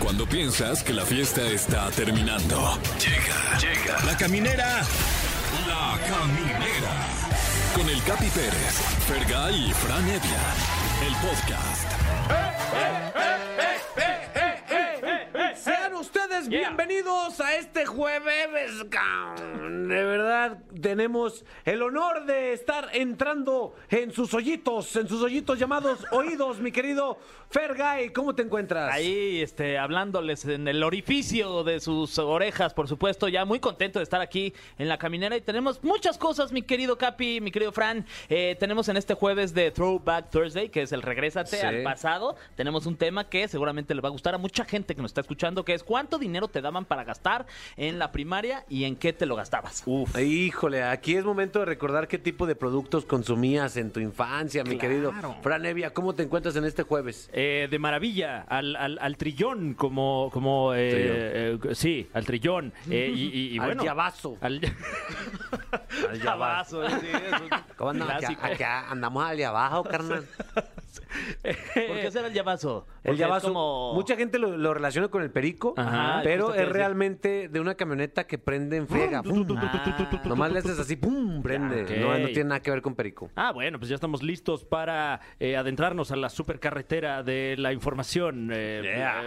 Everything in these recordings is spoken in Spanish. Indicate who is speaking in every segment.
Speaker 1: Cuando piensas que la fiesta está terminando. Llega, llega. La caminera. La caminera. Con el Capi Pérez, Fergay y Fran Evia. El podcast.
Speaker 2: Sean ustedes bienvenidos a este jueves. cabrón. De verdad, tenemos el honor de estar entrando en sus hoyitos, en sus hoyitos llamados oídos, mi querido Fergay. ¿Cómo te encuentras?
Speaker 3: Ahí, este, hablándoles en el orificio de sus orejas, por supuesto, ya muy contento de estar aquí en la caminera y tenemos muchas cosas, mi querido Capi, mi querido Fran. Eh, tenemos en este jueves de Throwback Thursday, que es el regrésate
Speaker 2: Sí.
Speaker 3: al pasado. Tenemos un tema que seguramente le va a gustar a mucha gente que nos está escuchando, que es cuánto dinero te daban para gastar en la primaria y en qué te lo gastabas.
Speaker 2: Uf. Híjole, aquí es momento de recordar qué tipo de productos consumías en tu infancia, mi querido. Fran Evia, ¿cómo te encuentras en este jueves?
Speaker 4: Eh, de maravilla, al, al, al trillón, como. como eh, eh, sí, al trillón. eh, y, y- y
Speaker 2: Al
Speaker 4: bueno,
Speaker 2: llavazo.
Speaker 4: al-
Speaker 2: Al llavazo.
Speaker 3: Abazo, sí, es un
Speaker 2: ¿Cómo andamos? Acá-
Speaker 3: clásico.
Speaker 2: acá andamos al llavazo, carnal.
Speaker 3: ¿Por qué será el llavazo? Porque
Speaker 2: El
Speaker 3: es
Speaker 2: llavazo,
Speaker 3: como-
Speaker 2: mucha gente lo, lo relaciona con el perico,
Speaker 4: Ajá,
Speaker 2: pero
Speaker 3: justo te
Speaker 2: es
Speaker 3: decía.
Speaker 2: realmente de una camioneta que prende en friega. pum.
Speaker 4: Pum,
Speaker 3: tu, tu, tu, tu, tu,
Speaker 2: Nomás le haces así, ¡pum! Prende.
Speaker 4: Ya,
Speaker 2: no,
Speaker 4: ok.
Speaker 2: no tiene nada que ver con perico.
Speaker 4: Ah, bueno, pues ya estamos listos para eh, adentrarnos a la supercarretera de la información, eh,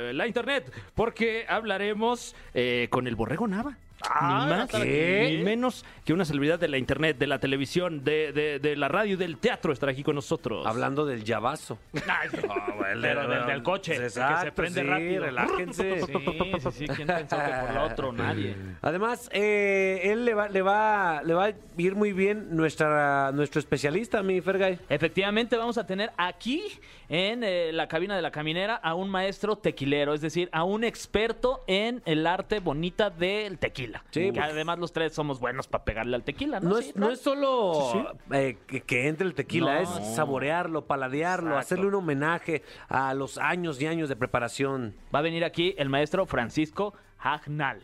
Speaker 4: eh, la internet, porque hablaremos eh, con el borrego Nava.
Speaker 3: Ah,
Speaker 4: ni más
Speaker 3: ¿qué?
Speaker 4: ni menos que una celebridad de la internet, de la televisión, de, de- de la radio y del teatro estará aquí con nosotros.
Speaker 2: Hablando del llavazo.
Speaker 3: Ay, pero del, del coche, que se
Speaker 2: Exacto,
Speaker 3: prende
Speaker 2: sí,
Speaker 3: rápido.
Speaker 2: relájense.
Speaker 3: Sí, sí, sí, ¿quién pensó que por lo otro? Nadie.
Speaker 2: Además, eh, él le va, le va, le va a ir muy bien nuestra, nuestro especialista, mi Fergay.
Speaker 3: Efectivamente, vamos a tener aquí en eh, la cabina de la caminera a un maestro tequilero, es decir, a un experto en el arte bonita del tequila.
Speaker 2: Sí,
Speaker 3: que
Speaker 2: porque-
Speaker 3: además los tres somos buenos para pegarle al tequila, ¿no?
Speaker 2: No
Speaker 3: Sí,
Speaker 2: es, no es solo eh, que, que entre el tequila,
Speaker 3: No.
Speaker 2: es saborearlo, paladearlo,
Speaker 3: Exacto.
Speaker 2: hacerle un homenaje a los años y años de preparación.
Speaker 3: Va a venir aquí el maestro Francisco Agnal.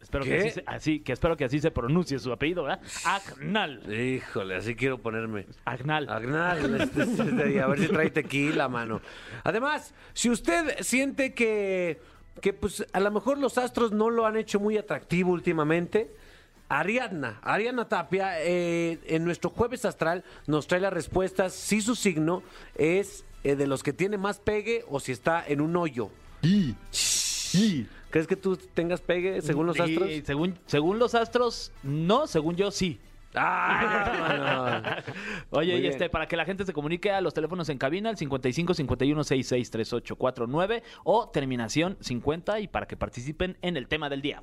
Speaker 3: Espero que
Speaker 2: ¿Qué?
Speaker 3: así, se- así- que espero que así se pronuncie su apellido, ¿verdad? Agnal.
Speaker 2: Híjole, así quiero ponerme.
Speaker 3: Agnal.
Speaker 2: Agnal, este, este, este día, a ver si trae tequila, mano. Además, si usted siente que, que pues a lo mejor los astros no lo han hecho muy atractivo últimamente, Ariadna, Ariadna Tapia, eh, en nuestro jueves astral nos trae las respuestas si su signo es eh, de los que tiene más pegue o si está en un hoyo. ¿Crees que tú tengas pegue según los
Speaker 3: Sí,
Speaker 2: astros?
Speaker 3: Según, según los astros, no, según yo sí.
Speaker 2: Ah, mano.
Speaker 3: Oye,
Speaker 2: Muy
Speaker 3: y
Speaker 2: bien.
Speaker 3: este, para que la gente se comunique a los teléfonos en cabina, al 55 51 66 38 49 o terminación 50 y para que participen en el tema del día.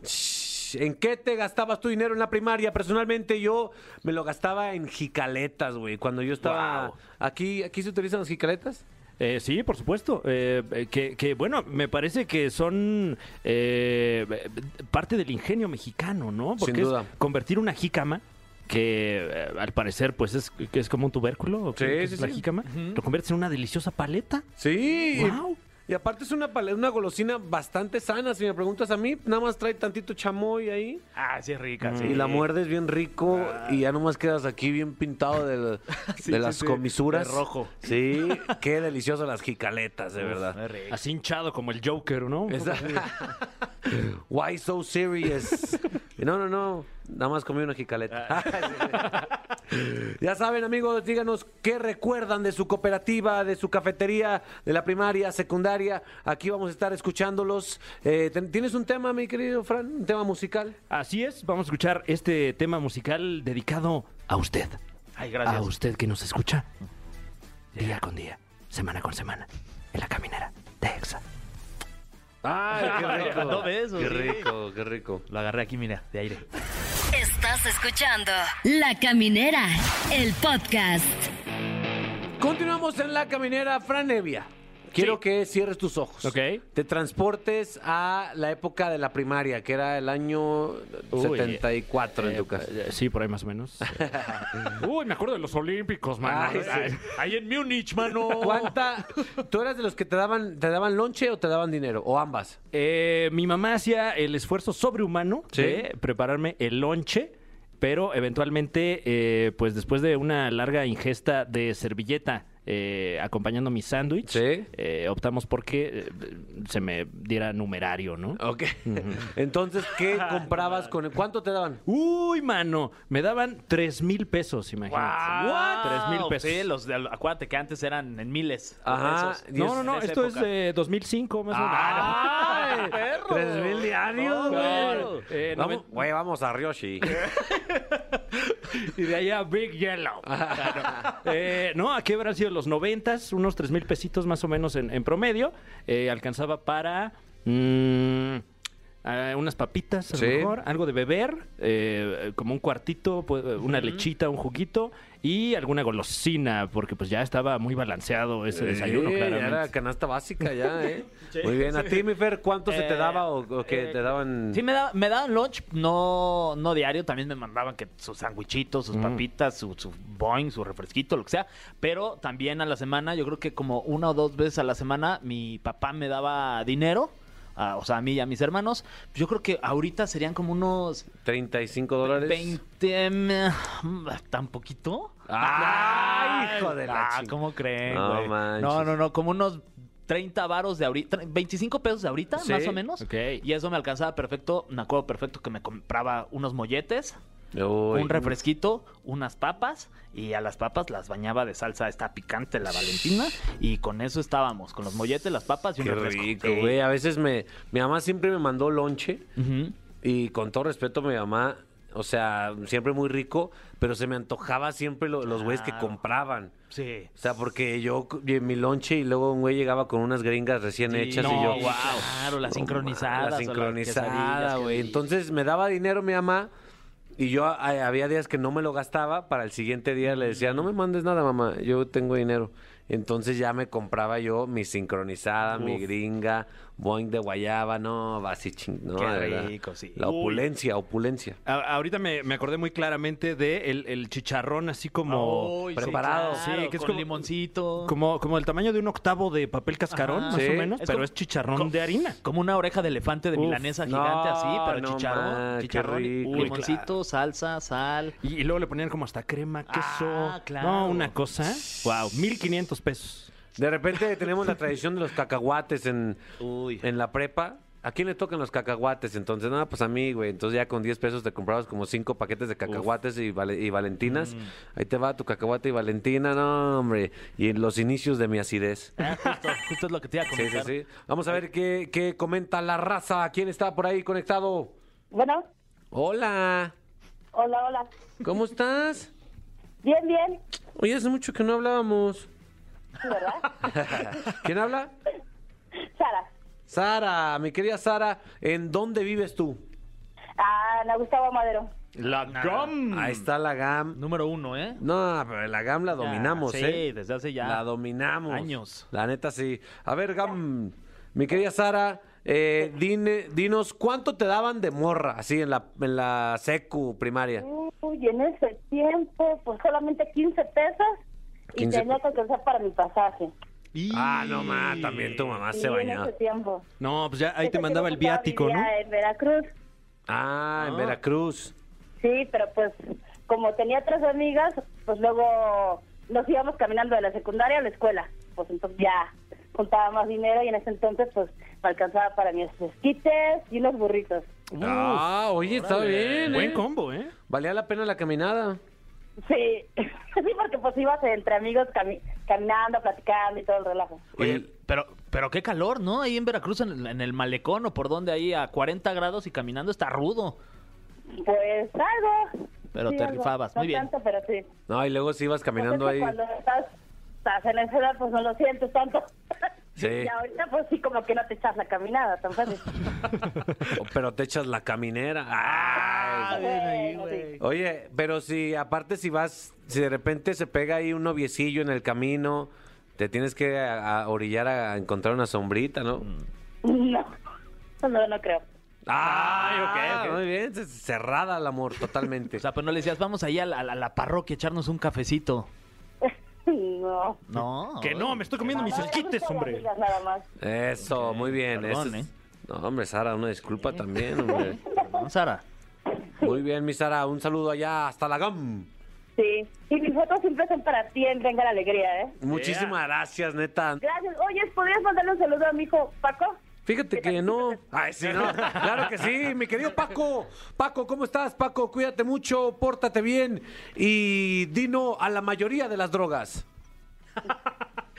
Speaker 2: ¿En qué te gastabas tu dinero en la primaria? Personalmente yo me lo gastaba en jicaletas, güey. Cuando yo estaba...
Speaker 3: Wow.
Speaker 2: ¿Aquí, ¿Aquí se utilizan las jicaletas?
Speaker 4: Eh, sí, por supuesto. Eh, eh, que, que, bueno, me parece que son eh, eh, parte del ingenio mexicano, ¿no? Porque
Speaker 2: Sin
Speaker 4: es
Speaker 2: duda.
Speaker 4: convertir una jícama, que eh, al parecer pues es, que es como un tubérculo, ¿o qué-
Speaker 2: Sí,
Speaker 4: qué es
Speaker 2: sí,
Speaker 4: la
Speaker 2: sí.
Speaker 4: jícama, lo conviertes en una deliciosa paleta.
Speaker 2: Sí.
Speaker 4: Guau.
Speaker 2: Y aparte es una, pale- una golosina bastante sana. Si me preguntas a mí, nada más trae tantito chamoy ahí.
Speaker 3: Ah, sí, es rica.
Speaker 4: Mm.
Speaker 2: Y la muerdes bien rico y ya nomás quedas aquí bien pintado de, la-
Speaker 3: Sí,
Speaker 2: de
Speaker 3: sí,
Speaker 2: las
Speaker 3: sí.
Speaker 2: comisuras.
Speaker 3: De rojo.
Speaker 2: Sí, qué deliciosas las jicaletas, de verdad.
Speaker 4: Así hinchado como el Joker, ¿no? Un
Speaker 2: Esa- Why so serious? No, no, no. Nada más comí una jicaleta. ya saben, amigos, díganos qué recuerdan de su cooperativa, de su cafetería, de la primaria, secundaria. Aquí vamos a estar escuchándolos. Eh, ten- ¿Tienes un tema, mi querido Fran? ¿Un tema musical?
Speaker 4: Así es, vamos a escuchar este tema musical dedicado a usted.
Speaker 3: Ay, gracias.
Speaker 4: A usted que nos escucha día con día, semana con semana, en la caminera de Exa.
Speaker 2: ¡Ay,
Speaker 3: Ay, no ves, o
Speaker 2: ¡Qué
Speaker 3: sí.
Speaker 2: rico, qué rico!
Speaker 3: Lo agarré aquí, mira, de aire.
Speaker 5: Estás escuchando La Caminera, el podcast.
Speaker 2: Continuamos en la caminera, Fran Evia. Quiero
Speaker 4: Sí.
Speaker 2: que cierres tus ojos.
Speaker 4: Ok.
Speaker 2: Te transportes a la época de la primaria, que era el año
Speaker 4: Uy,
Speaker 2: 74 en tu casa.
Speaker 4: Eh, Sí, por ahí más o menos. Uy, me acuerdo de los Olímpicos, mano.
Speaker 2: Ay, sí.
Speaker 4: Ay, Ahí en Múnich, mano.
Speaker 2: ¿Cuánta? ¿Tú eras de los que te daban te daban lonche o te daban dinero? ¿O ambas?
Speaker 4: Eh, mi mamá hacía el esfuerzo sobrehumano
Speaker 2: Sí.
Speaker 4: de prepararme el lonche, pero eventualmente, eh, pues después de una larga ingesta de servilleta eh, acompañando mi sándwich,
Speaker 2: Sí.
Speaker 4: eh, optamos porque eh, se me diera numerario, ¿no?
Speaker 2: Ok. Entonces, ¿qué comprabas con el... ¿Cuánto te daban?
Speaker 4: Uy, mano, me daban tres mil pesos, imagínate. Tres mil pesos.
Speaker 3: Sí, Ah, los de- acuérdate que antes eran en miles. los
Speaker 2: Ajá.
Speaker 3: pesos.
Speaker 2: Diez-
Speaker 4: No, no, no,
Speaker 3: en esa
Speaker 4: esto
Speaker 3: época.
Speaker 4: es de 2005 más o menos.
Speaker 3: ¡Ah, perro!
Speaker 2: Tres mil diarios,
Speaker 3: No,
Speaker 2: güey.
Speaker 3: claro.
Speaker 4: Eh,
Speaker 2: Vamos,
Speaker 4: noven-
Speaker 2: güey, vamos a Ryoshi.
Speaker 4: Y de allá Big Yellow. Ah, no. Eh, no, aquí habrán sido los noventas, unos tres mil pesitos más o menos en, en promedio. Eh, alcanzaba para mm, ah, unas papitas, a lo
Speaker 2: Sí.
Speaker 4: mejor, algo de beber, eh, como un cuartito, pues, una lechita, un juguito y alguna golosina, porque pues ya estaba muy balanceado ese desayuno,
Speaker 2: Sí, ya
Speaker 4: claramente.
Speaker 2: Era canasta básica ya, ¿eh? Muy bien. ¿A ti, mi Fer, cuánto se te
Speaker 3: Eh,
Speaker 2: daba o, o que
Speaker 3: eh,
Speaker 2: te daban?
Speaker 3: Sí, me, da- me daban lunch, no, no diario. También me mandaban que sus sandwichitos,
Speaker 2: Mm.
Speaker 3: sus papitas, su, su boing, su refresquito, lo que sea. Pero también a la semana, yo creo que como una o dos veces a la semana, mi papá me daba dinero. a- o sea, a mí y a mis hermanos. Yo creo que ahorita serían como unos
Speaker 2: 35 dólares.
Speaker 3: 20. mm, ¿Tan poquito?
Speaker 2: Ah, hijo de la
Speaker 3: Ah,
Speaker 2: ching-
Speaker 3: ¿cómo creen?
Speaker 2: No
Speaker 3: güey?
Speaker 2: manches.
Speaker 3: no, no, no, como unos 30 varos de ahorita, 25 pesos de ahorita,
Speaker 2: Sí,
Speaker 3: más o menos.
Speaker 4: ok.
Speaker 3: Y eso me alcanzaba perfecto. Me acuerdo perfecto que me compraba unos molletes,
Speaker 2: Uy.
Speaker 3: un refresquito, unas papas. Y a las papas las bañaba de salsa esta picante, la Valentina. Y con eso estábamos, con los molletes, las papas y un
Speaker 2: Qué
Speaker 3: refresco.
Speaker 2: rico,
Speaker 3: Sí.
Speaker 2: güey. A veces me, mi mamá siempre me mandó lonche
Speaker 3: Ujú.
Speaker 2: y con todo respeto mi mamá, o sea, siempre muy rico, pero se me antojaba siempre lo- los güeyes que
Speaker 3: Claro.
Speaker 2: compraban.
Speaker 3: Sí.
Speaker 2: O sea, porque yo c- en mi lonche y luego un güey llegaba con unas gringas recién hechas
Speaker 3: no,
Speaker 2: y yo.
Speaker 3: wow. Claro, la
Speaker 2: No,
Speaker 3: sincronizada.
Speaker 2: La sincronizada, güey. Entonces me daba dinero mi mamá y yo a- había días que no me lo gastaba. Para el siguiente día le decía, no me mandes nada, mamá, yo tengo dinero. Entonces ya me compraba yo mi sincronizada, mi gringa, boing de guayaba, no, va así ching, no,
Speaker 3: Qué
Speaker 2: de verdad.
Speaker 3: rico, sí.
Speaker 2: La
Speaker 4: Uy.
Speaker 2: opulencia, opulencia.
Speaker 4: A- Ahorita me, me acordé muy claramente de el, el chicharrón así como
Speaker 3: Ay, sí,
Speaker 4: preparado.
Speaker 3: claro,
Speaker 4: que es
Speaker 3: con
Speaker 4: como-
Speaker 3: limoncito.
Speaker 4: Como, como el tamaño de un octavo de papel cascarón,
Speaker 3: Ajá.
Speaker 4: más
Speaker 2: Sí.
Speaker 4: o menos,
Speaker 3: Es
Speaker 4: pero
Speaker 3: como-
Speaker 4: es chicharrón
Speaker 3: como-
Speaker 4: de harina.
Speaker 3: Como una oreja de elefante de
Speaker 4: Uf,
Speaker 3: milanesa
Speaker 2: no,
Speaker 3: gigante así, pero
Speaker 2: no,
Speaker 3: chicharrón,
Speaker 2: ma, qué
Speaker 3: chicharrón,
Speaker 2: rico.
Speaker 4: Uy,
Speaker 3: limoncito,
Speaker 4: claro.
Speaker 3: salsa, sal.
Speaker 4: Y, y luego le ponían como hasta crema, queso.
Speaker 3: Ah, claro.
Speaker 4: No, una cosa. Wow, 1500 pesos.
Speaker 2: De repente tenemos la tradición de los cacahuates en,
Speaker 3: Uy.
Speaker 2: en la prepa. ¿A quién le tocan los cacahuates? Entonces, nada, pues a mí, güey. Entonces ya con 10 pesos te comprabas como cinco paquetes de cacahuates y, vale- y valentinas. Ahí te va tu cacahuate y valentina, no, hombre. Y en los inicios de mi acidez.
Speaker 3: Ah, justo, justo es lo que te iba a
Speaker 2: Sí, sí,
Speaker 3: comentar.
Speaker 2: sí. Vamos a ver qué, qué comenta la raza. ¿Quién está por ahí conectado?
Speaker 6: Bueno,
Speaker 2: Hola.
Speaker 6: hola, hola.
Speaker 2: ¿Cómo estás?
Speaker 6: Bien, bien,
Speaker 2: Oye, hace mucho que no hablábamos.
Speaker 6: ¿verdad?
Speaker 2: ¿Quién habla?
Speaker 6: Sara.
Speaker 2: Sara, mi querida Sara, ¿en dónde vives tú?
Speaker 6: Ah, Ana Gustavo Madero.
Speaker 4: La
Speaker 3: Ah.
Speaker 4: gum.
Speaker 2: Ahí está la GAM.
Speaker 3: Número uno, ¿eh?
Speaker 2: No, pero la GAM la dominamos,
Speaker 3: sí,
Speaker 2: ¿eh?
Speaker 3: desde hace ya
Speaker 2: La dominamos.
Speaker 3: años.
Speaker 2: La neta, sí. A ver, GAM, mi querida Sara, eh, dine- dinos, ¿cuánto te daban de morra, así, en la, en la secu primaria?
Speaker 6: Uy, en ese tiempo, pues solamente 15 pesos y
Speaker 2: 15
Speaker 6: tenía que alcanzar para mi pasaje.
Speaker 2: Ah, no, ma, también tu mamá
Speaker 6: Sí,
Speaker 2: Ah, se
Speaker 6: En
Speaker 2: bañaba.
Speaker 6: ese tiempo.
Speaker 4: No, pues ya ahí
Speaker 6: Ese
Speaker 4: te mandaba el
Speaker 6: tiempo todavía
Speaker 4: viático, ¿no?
Speaker 6: vivía En Veracruz.
Speaker 2: Ah, en Veracruz.
Speaker 6: Sí, pero pues como tenía tres amigas, pues luego nos íbamos caminando de la secundaria a la escuela. Pues entonces ya juntaba más dinero y en ese entonces pues me alcanzaba para mis esquites y unos burritos.
Speaker 2: ah, oye, está bien,
Speaker 4: Buen
Speaker 2: ¿eh?
Speaker 4: combo, ¿eh?
Speaker 2: Valía la pena la caminada.
Speaker 6: Sí, sí, porque pues ibas entre amigos cami- caminando, platicando y todo el relajo.
Speaker 3: Oye, pero, pero qué calor, ¿no? Ahí en Veracruz, en, el- en el malecón o por donde ahí a 40 grados y caminando está rudo.
Speaker 6: Pues algo.
Speaker 3: Pero te rifabas,
Speaker 6: no
Speaker 3: muy bien.
Speaker 6: tanto, pero sí.
Speaker 2: No, y luego sí ibas caminando
Speaker 6: Pues
Speaker 2: ahí.
Speaker 6: es que Cuando estás, estás en esa edad, pues no lo sientes tanto.
Speaker 2: Sí.
Speaker 6: Y ahorita pues sí, como que no te echas la caminada tan fácil.
Speaker 2: Pero te echas la caminera. Ah,
Speaker 6: Bueno, sí.
Speaker 2: Oye, pero si aparte si vas, si de repente se pega ahí un noviecillo en el camino, te tienes que a- a orillar a encontrar una sombrita, ¿no?
Speaker 3: Mm.
Speaker 6: No, no, no creo.
Speaker 2: Ay,
Speaker 4: ok, ok.
Speaker 2: Ah, Muy bien, c- cerrada el amor totalmente.
Speaker 3: O sea, pero no le decías, vamos allá a la, a la- a la parroquia a echarnos un cafecito.
Speaker 6: No.
Speaker 3: No.
Speaker 4: Que no, me estoy comiendo mis
Speaker 6: No, era
Speaker 4: esquites,
Speaker 6: justo de
Speaker 4: hombre.
Speaker 6: amigas nada más.
Speaker 2: Eso, muy bien.
Speaker 3: perdón,
Speaker 2: eso es-
Speaker 3: ¿eh?
Speaker 2: No, hombre, Sara, una disculpa también, hombre.
Speaker 3: Perdón, Sara.
Speaker 2: Muy bien, mi Sara, un saludo allá hasta la GAM.
Speaker 6: Sí. Y mis fotos siempre son para ti en Venga la Alegría, ¿eh?
Speaker 2: Muchísimas gracias, neta.
Speaker 6: Gracias. Oye, ¿podrías mandarle un saludo a mi hijo Paco?
Speaker 2: Fíjate que no. Ay, sí, no. Claro que sí, mi querido Paco. Paco, ¿cómo estás, Paco? Cuídate mucho, pórtate bien y dino a la mayoría de las drogas.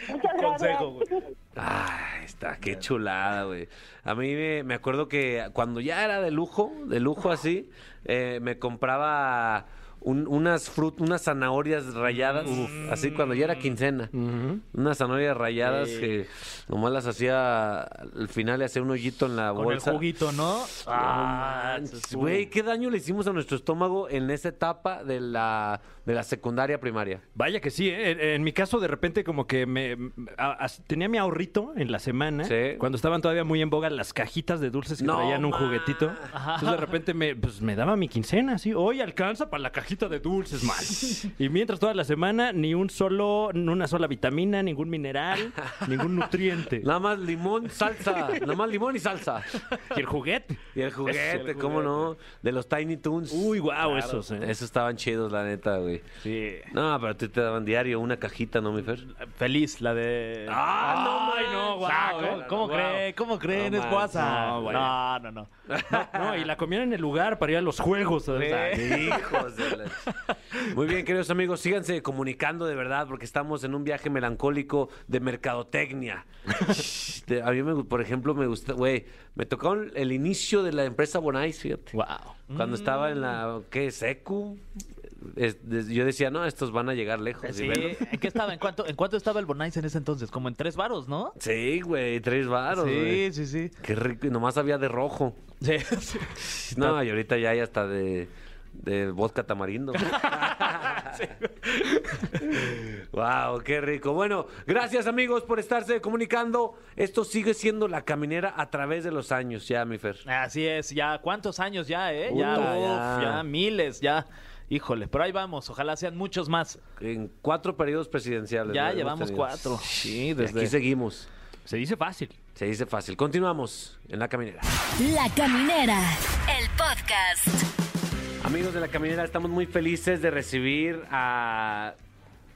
Speaker 6: Muchas
Speaker 3: Consejo,
Speaker 6: gracias.
Speaker 2: Ay, está, qué chulada, güey. A mí me, me acuerdo que cuando ya era de lujo, de lujo así, eh, me compraba un- unas frut, unas zanahorias rayadas, así cuando ya era quincena. Unas zanahorias rayadas que nomás las hacía al final le hacía un hoyito en la
Speaker 3: Con
Speaker 2: bolsa.
Speaker 3: el juguito, ¿no?
Speaker 2: Ah,
Speaker 3: eso es
Speaker 2: Güey, qué daño le hicimos a nuestro estómago en esa etapa de la, de la secundaria primaria.
Speaker 4: Vaya que sí, ¿eh? en, en mi caso de repente como que me a- as- tenía mi ahorrito en la semana,
Speaker 2: Sí.
Speaker 4: cuando estaban todavía muy en boga las cajitas de dulces que
Speaker 2: No
Speaker 4: traían un
Speaker 2: más.
Speaker 4: juguetito. Entonces de repente me, pues, me daba mi quincena, así, hoy alcanza para la cajita de dulces, man. Y mientras toda la semana ni un solo, ni una sola vitamina, ningún mineral, ningún nutriente.
Speaker 2: Nada más limón, salsa. Nada más limón y salsa.
Speaker 4: Y el juguete.
Speaker 2: Y el juguete, ¿cómo no? De los Tiny Toons.
Speaker 4: Uy, guau, esos, ¿eh?
Speaker 2: Esos estaban chidos, la neta, güey.
Speaker 4: Sí.
Speaker 2: No, pero a ti te daban diario una cajita, ¿no, mi Fer?
Speaker 3: Feliz, la de.
Speaker 4: ¡Ah, no, Ay, no, guau,
Speaker 3: ¿Cómo,
Speaker 4: eh,
Speaker 3: cómo
Speaker 4: guau.
Speaker 3: cree? ¿Cómo creen?
Speaker 2: No
Speaker 3: es
Speaker 2: manches,
Speaker 3: guasa.
Speaker 4: no, güey.
Speaker 3: No, no, no.
Speaker 4: No, no, y la comían en el lugar para ir a los juegos. ¿sabes?
Speaker 2: Hijos de la- Muy bien, queridos amigos, síganse comunicando de verdad, porque estamos en un viaje melancólico de mercadotecnia. De- A mí, me gu- por ejemplo, me gusta, güey, me tocó el el inicio de la empresa Bonais, fíjate.
Speaker 4: Guau.
Speaker 2: Cuando
Speaker 3: Mm.
Speaker 2: estaba en la, ¿qué? Secu. Es- des- yo decía, no, estos van a llegar lejos.
Speaker 4: Pues
Speaker 2: y
Speaker 3: Sí,
Speaker 2: velos.
Speaker 3: ¿En qué estaba? ¿En cuánto, ¿En cuánto estaba el Bonais en ese entonces? Como en tres varos, ¿no?
Speaker 2: Sí, güey, tres varos,
Speaker 3: sí,
Speaker 2: güey.
Speaker 3: sí, sí,
Speaker 2: Qué rico, y nomás había de rojo.
Speaker 3: sí, sí.
Speaker 2: No, y ahorita ya hay hasta de, de vodka tamarindo. wow, qué rico. Bueno, gracias amigos por estarse comunicando. Esto sigue siendo la caminera a través de los años, ya, mi Fer.
Speaker 3: Así es, ya cuántos años ya, ¿eh? Ya,
Speaker 2: Puta,
Speaker 3: uf,
Speaker 2: ya.
Speaker 3: ya miles, ya. Híjole, pero ahí vamos, ojalá sean muchos más.
Speaker 2: En cuatro periodos presidenciales.
Speaker 3: Ya
Speaker 2: ¿no? Hemos
Speaker 3: llevamos
Speaker 2: tenido.
Speaker 3: cuatro.
Speaker 2: Y
Speaker 3: Sí,
Speaker 2: Aquí seguimos.
Speaker 4: Se dice fácil.
Speaker 2: Se dice fácil. Continuamos en la caminera.
Speaker 5: La Caminera, el podcast.
Speaker 2: Amigos de la caminera, estamos muy felices de recibir a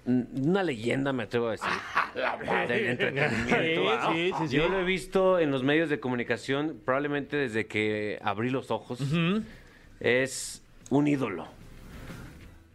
Speaker 2: una leyenda, me atrevo a decir. del entretenimiento.
Speaker 3: Sí,
Speaker 2: ¿no?
Speaker 3: sí, sí, sí.
Speaker 2: Yo lo he visto en los medios de comunicación probablemente desde que abrí los ojos. Es un ídolo.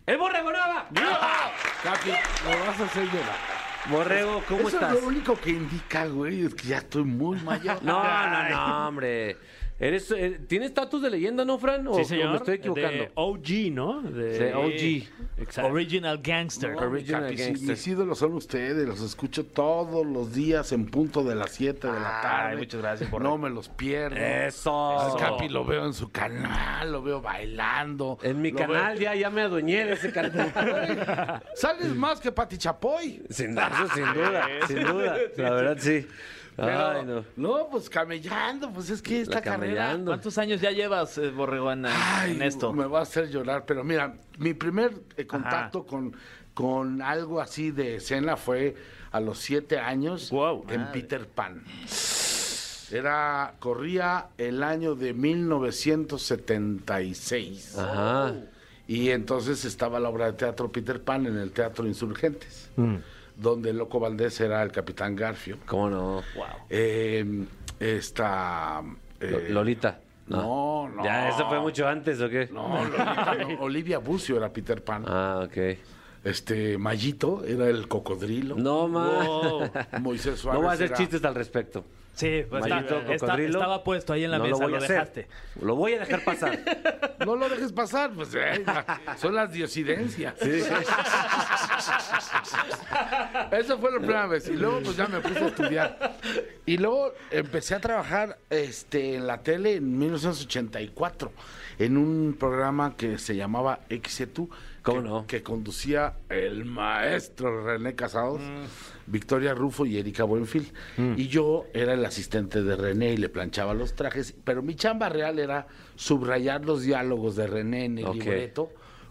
Speaker 2: ¡El Borrego Nava!
Speaker 7: Capi, lo vas a hacer llorar.
Speaker 2: Borrego, ¿cómo
Speaker 7: Eso
Speaker 2: estás?
Speaker 7: es lo único que indica, güey, es que ya estoy muy mayor.
Speaker 2: No, no, no, hombre. Eres, eh, ¿Tienes estatus de leyenda, no, Fran? ¿O,
Speaker 4: Sí,
Speaker 2: o
Speaker 4: señor.
Speaker 2: Oh, me estoy equivocando?
Speaker 4: De OG, ¿no?
Speaker 2: De OG.
Speaker 4: Exacto.
Speaker 3: Original Gangster.
Speaker 7: No, mi
Speaker 2: Original
Speaker 7: Capi, sí,
Speaker 2: gangster.
Speaker 7: mis ídolos son ustedes, los escucho todos los días en punto de las 7 de la tarde. muchas gracias por No me los pierdo.
Speaker 2: Eh, Eso.
Speaker 7: Al Capi lo veo en su canal, lo veo bailando.
Speaker 2: En mi
Speaker 7: lo
Speaker 2: canal ya, ya me adueñé de ese canal.
Speaker 7: veo- Sales más que Pati Chapoy.
Speaker 2: Sin, eso sin duda, sin duda. La verdad sí.
Speaker 7: Pero,
Speaker 2: Ay,
Speaker 7: no.
Speaker 2: no.
Speaker 7: pues camellando, pues es que esta carrera...
Speaker 2: camellando.
Speaker 3: ¿Cuántos años ya llevas, eh, Borrego, en, en
Speaker 7: Ay,
Speaker 3: esto?
Speaker 7: Me va a hacer llorar, pero mira, mi primer eh, contacto con, con algo así de escena fue a los siete años
Speaker 4: Guau.
Speaker 7: en Peter Pan. Era, corría el año de 1976.
Speaker 2: Ajá.
Speaker 7: Y entonces estaba la obra de teatro Peter Pan en el Teatro Insurgentes, donde Loco Valdés era el Capitán Garfio.
Speaker 2: ¿Cómo no?
Speaker 7: Eh, esta...
Speaker 2: Lo-
Speaker 7: eh,
Speaker 2: Lolita.
Speaker 7: No, no.
Speaker 2: Ya, eso fue mucho antes, ¿o qué?
Speaker 7: No, Lolita, no. Olivia Bucio era Peter Pan.
Speaker 2: Ah, ok.
Speaker 7: Este, Mayito era el cocodrilo.
Speaker 2: No, más.
Speaker 7: Moisés Suárez.
Speaker 2: No voy a hacer
Speaker 7: era-
Speaker 2: chistes al respecto.
Speaker 3: Sí, pues, está-
Speaker 2: Maldito
Speaker 3: está-
Speaker 2: cocodrilo.
Speaker 3: estaba puesto ahí en la
Speaker 2: No
Speaker 3: mesa,
Speaker 2: lo, voy a hacer.
Speaker 3: dejaste.
Speaker 2: Lo voy a dejar pasar.
Speaker 7: No lo dejes pasar, pues eh, son las diosidencias. Eso fue la primera vez. Y luego, pues ya me puse a estudiar. Y luego empecé a trabajar este, en la tele en 1984, en un programa que se llamaba XETU.
Speaker 2: ¿Cómo
Speaker 7: que,
Speaker 2: no?
Speaker 7: Que conducía el maestro René Casados, Victoria Rufo y Erika Buenfil.
Speaker 2: Mm.
Speaker 7: Y yo era el asistente de René y le planchaba los trajes. Pero mi chamba real era subrayar los diálogos de René en el
Speaker 2: Ok.
Speaker 7: libreto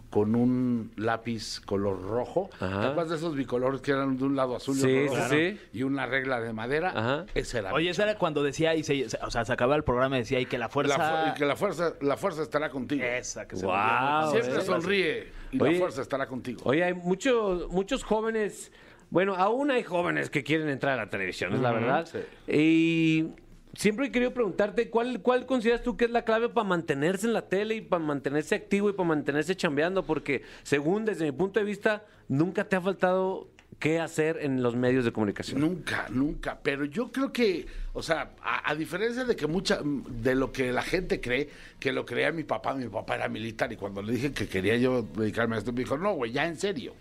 Speaker 7: con un lápiz color rojo.
Speaker 2: Ajá.
Speaker 7: ¿Te acuerdas de esos bicolores que eran de un lado azul y
Speaker 2: Sí,
Speaker 7: otro
Speaker 2: sí,
Speaker 7: rojo?
Speaker 2: sí.
Speaker 7: Y una regla de madera.
Speaker 2: Ajá.
Speaker 7: Ese era.
Speaker 3: Oye,
Speaker 7: mi
Speaker 3: esa era cuando decía, y se- o sea, se acababa el programa y decía, y que la
Speaker 7: chamba.
Speaker 3: fuerza...
Speaker 7: La fu- y que la fuerza, la fuerza estará contigo.
Speaker 3: Esa, que se
Speaker 2: Guau,
Speaker 3: volvió muy-
Speaker 7: Siempre
Speaker 2: eh.
Speaker 7: sonríe y
Speaker 2: Oye.
Speaker 7: la fuerza estará contigo.
Speaker 2: Oye, hay muchos, muchos jóvenes, bueno, aún hay jóvenes que quieren entrar a la televisión, es la verdad. Y siempre he querido preguntarte, ¿cuál, ¿cuál consideras tú que es la clave para mantenerse en la tele y para mantenerse activo y para mantenerse chambeando? Porque según, desde mi punto de vista, nunca te ha faltado qué hacer en los medios de comunicación.
Speaker 7: Nunca, nunca. Pero yo creo que, o sea, a, a diferencia de que mucha, de lo que la gente cree, que lo creía mi papá, mi papá era militar y cuando le dije que quería yo dedicarme a esto, me dijo, no, güey, ya en serio.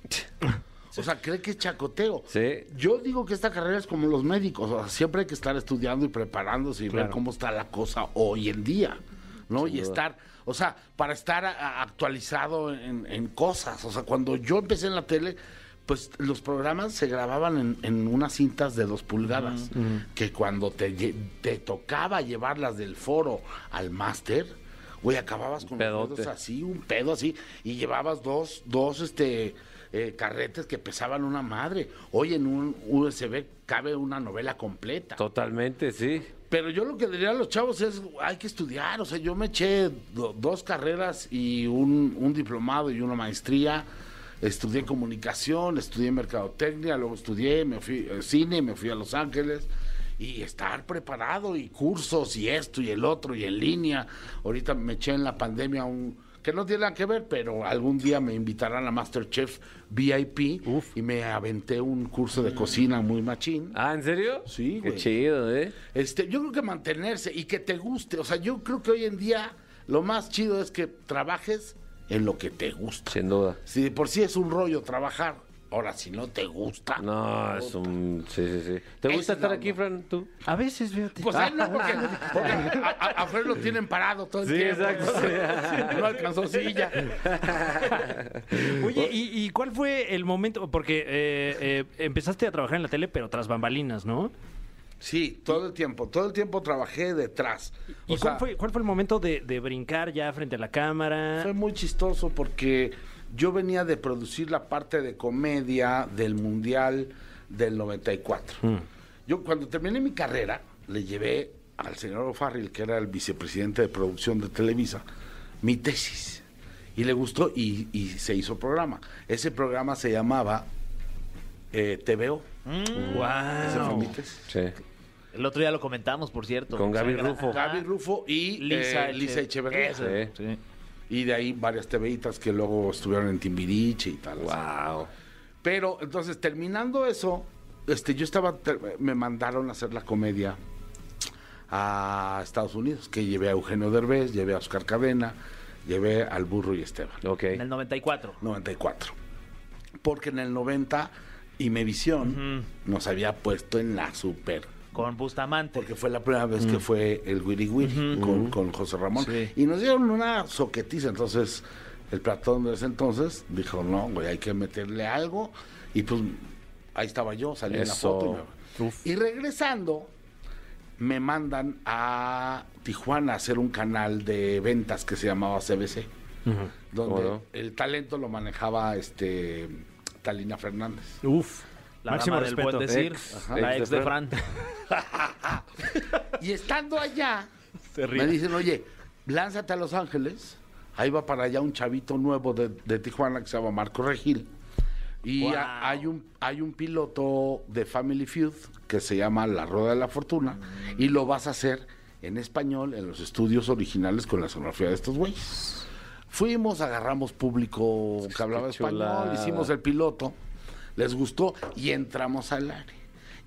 Speaker 7: O sea, cree que es chacoteo.
Speaker 2: Sí.
Speaker 7: Yo digo que esta carrera es como los médicos, o sea, siempre hay que estar estudiando y preparándose y ver
Speaker 4: Claro.
Speaker 7: cómo está la cosa hoy en día, ¿no? y estar, o sea, para estar a- a- actualizado en, en cosas. O sea, cuando yo empecé en la tele, pues los programas se grababan en, en unas cintas de dos pulgadas, que cuando te, lle- te tocaba llevarlas del foro al máster, güey, acababas con los
Speaker 2: Pedote.
Speaker 7: dedos así, un pedo así, y llevabas dos, dos, este, eh, carretes que pesaban una madre. Hoy en un USB cabe una novela completa.
Speaker 2: Totalmente, sí.
Speaker 7: Pero yo lo que diría a los chavos es, hay que estudiar, o sea, yo me eché do- dos carreras y un, un diplomado y una maestría, estudié comunicación, estudié mercadotecnia, luego estudié, me fui eh, cine, me fui a Los Ángeles y estar preparado y cursos y esto y el otro y en línea. Ahorita me eché en la pandemia un que no tiene nada que ver, pero algún día me invitarán a MasterChef VIP y me aventé un curso de cocina muy machín.
Speaker 2: Ah, ¿en serio?
Speaker 7: Sí,
Speaker 2: Qué
Speaker 7: güey.
Speaker 2: chido, ¿eh?
Speaker 7: Este, yo creo que mantenerse y que te guste. O sea, yo creo que hoy en día lo más chido es que trabajes en lo que te gusta.
Speaker 2: Sin duda.
Speaker 7: Si de por sí es un rollo trabajar, ahora si no te gusta.
Speaker 2: No, es un... Sí, sí, sí. ¿Te gusta
Speaker 7: Esa es la
Speaker 2: estar aquí,
Speaker 7: onda.
Speaker 2: Fran, tú?
Speaker 4: A veces, fíjate.
Speaker 7: Pues a él no, porque, porque a, a- a Fred lo tienen parado todo el
Speaker 2: Sí,
Speaker 7: tiempo.
Speaker 2: exacto.
Speaker 7: No alcanzó silla.
Speaker 4: Oye, ¿y, y cuál fue el momento? Porque eh, eh, empezaste a trabajar en la tele, pero tras bambalinas, ¿no?
Speaker 7: Sí, todo el tiempo. Todo el tiempo trabajé detrás.
Speaker 4: ¿Y
Speaker 7: O
Speaker 4: cuál,
Speaker 7: sea,
Speaker 4: fue, cuál fue el momento de, de brincar ya frente a la cámara?
Speaker 7: Fue muy chistoso porque yo venía de producir la parte de comedia del Mundial del 94. Yo cuando terminé mi carrera, le llevé al señor O'Farrill, que era el vicepresidente de producción de Televisa, mi tesis. Y le gustó y, y se hizo programa. Ese programa se llamaba eh, TVO. Ese fue
Speaker 4: ¡Guau!
Speaker 7: mi tesis.
Speaker 2: Sí.
Speaker 3: El otro día lo comentamos, por cierto.
Speaker 2: Con
Speaker 3: O sea,
Speaker 2: Gaby
Speaker 3: gra-
Speaker 2: Rufo.
Speaker 3: Ajá.
Speaker 7: Gaby Rufo y
Speaker 3: Lisa,
Speaker 7: eh, Lisa Echeverría.
Speaker 3: Eso,
Speaker 2: Sí.
Speaker 3: sí.
Speaker 7: Y de ahí varias TVitas que luego estuvieron en Timbiriche y tal.
Speaker 2: Wow.
Speaker 7: Pero entonces terminando eso, este, yo estaba, ter- me mandaron a hacer la comedia a Estados Unidos, que llevé a Eugenio Derbez, llevé a Oscar Cadena, llevé al Burro y Esteban.
Speaker 2: Ok.
Speaker 3: En el 94.
Speaker 7: 94. Porque en el 90 Imevisión nos había puesto en la super.
Speaker 3: Con Bustamante.
Speaker 7: Porque fue la primera vez que fue el Wiri Wiri con, con José Ramón.
Speaker 3: Sí.
Speaker 7: Y nos dieron una soquetiza. Entonces, el platón de ese entonces dijo, no, güey, hay que meterle algo. Y pues ahí estaba yo, salí en la
Speaker 2: Eso.
Speaker 7: foto. y me- Y, regresando, me mandan a Tijuana a hacer un canal de ventas que se llamaba CBC. Donde
Speaker 2: ¿Cómo no?
Speaker 7: el talento lo manejaba este Talina Fernández.
Speaker 4: Uf.
Speaker 3: La
Speaker 4: máximo
Speaker 3: dama
Speaker 4: respeto.
Speaker 3: del buen decir.
Speaker 2: Ex.
Speaker 3: Ajá. la
Speaker 2: Ex
Speaker 3: ex
Speaker 2: de
Speaker 3: de Fran.
Speaker 7: Y estando allá, me dicen, oye, lánzate a Los Ángeles. Ahí va para allá un chavito nuevo de, de Tijuana que se llama Marco Regil. Y
Speaker 3: Wow.
Speaker 7: a- hay, un, hay un piloto de Family Feud que se llama La Rueda de la Fortuna. Y lo vas a hacer en español en los estudios originales con la sonografía de estos güeyes. Fuimos, agarramos público que hablaba
Speaker 2: Qué
Speaker 7: español,
Speaker 2: chulada.
Speaker 7: hicimos el piloto, les gustó y entramos al área.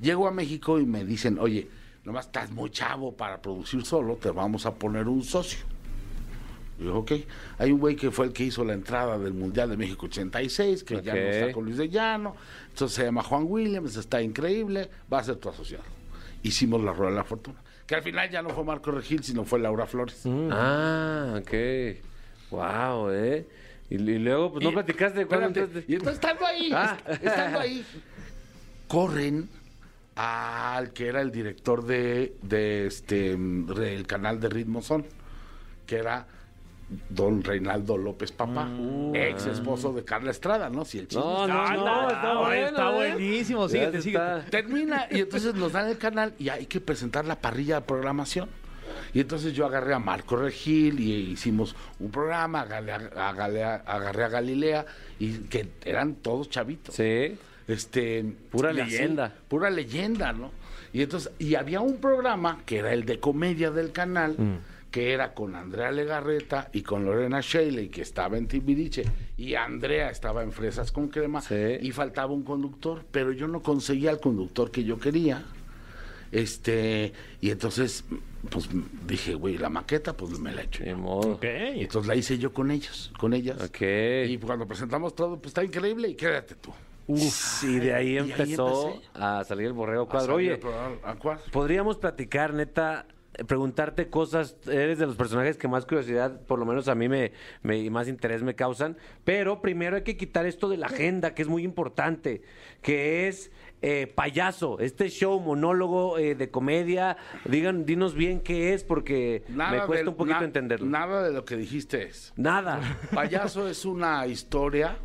Speaker 7: Llego a México y me dicen, oye, nomás estás muy chavo para producir solo, te vamos a poner un socio. Y Digo, ok, hay un güey que fue el que hizo la entrada del Mundial de México 86, que ya no está
Speaker 2: Ok.
Speaker 7: con Luis de Llano, entonces se llama Juan Williams, está increíble, va a ser tu asociado. Hicimos la rueda de la fortuna, que al final ya no fue Marco Regil, sino fue Laura Flores.
Speaker 2: Ah, ok. Wow, ¿eh? Y, y luego, pues no
Speaker 7: Y-
Speaker 2: platicaste de cuándo
Speaker 7: espérate,
Speaker 2: entraste?
Speaker 7: Y entonces estando ahí,
Speaker 2: Ah.
Speaker 7: est- estando ahí, corren al que era el director de, de este mm, re- el canal de Ritmo Son, que era don Reinaldo López Papá, ex esposo de Carla Estrada, ¿no? Si el chisme
Speaker 2: Mm. No, no,
Speaker 7: está-
Speaker 2: no,
Speaker 3: Ándale,
Speaker 2: está,
Speaker 3: no,
Speaker 2: bueno,
Speaker 3: está
Speaker 2: ¿eh?
Speaker 3: buenísimo,
Speaker 2: Ya
Speaker 3: síguete,
Speaker 2: está.
Speaker 7: Termina y entonces nos dan el canal y hay que presentar la parrilla de programación. Y entonces yo agarré a Marco Regil y hicimos un programa, agarré a, a Galea- agarré a Galilea y que eran todos chavitos.
Speaker 2: Sí.
Speaker 7: Este,
Speaker 2: Pura
Speaker 7: y así,
Speaker 2: leyenda.
Speaker 7: pura leyenda, ¿no? Y entonces y había un programa que era el de comedia del canal
Speaker 2: Mm.
Speaker 7: que era con Andrea Legarreta y con Lorena Shelley que estaba en Timbiriche y Andrea estaba en Fresas con Crema
Speaker 2: Sí.
Speaker 7: y faltaba un conductor, pero yo no conseguía el conductor que yo quería. Este, y entonces pues dije, güey, la maqueta pues me la echo.
Speaker 2: Ni modo.
Speaker 7: Y entonces la hice yo con ellos, con ellas.
Speaker 2: Ok.
Speaker 7: Y cuando presentamos todo, pues está increíble y quédate tú.
Speaker 2: Uf, y de ahí
Speaker 7: Y ahí
Speaker 2: empezó
Speaker 7: empecé.
Speaker 2: a salir el borrego cuadro.
Speaker 7: A
Speaker 2: Oye,
Speaker 7: salir a probar a cuadro.
Speaker 2: podríamos platicar, neta, eh, preguntarte cosas. Eres de los personajes que más curiosidad, por lo menos a mí, me, me- y más interés me causan. Pero primero hay que quitar esto de la agenda, que es muy importante, que es eh, payaso. Este show, monólogo eh, de comedia. Digan, dinos bien qué es, porque me cuesta
Speaker 7: del-
Speaker 2: un poquito
Speaker 7: na-
Speaker 2: entenderlo.
Speaker 7: Nada de lo que dijiste es.
Speaker 2: Nada.
Speaker 7: Payaso es una historia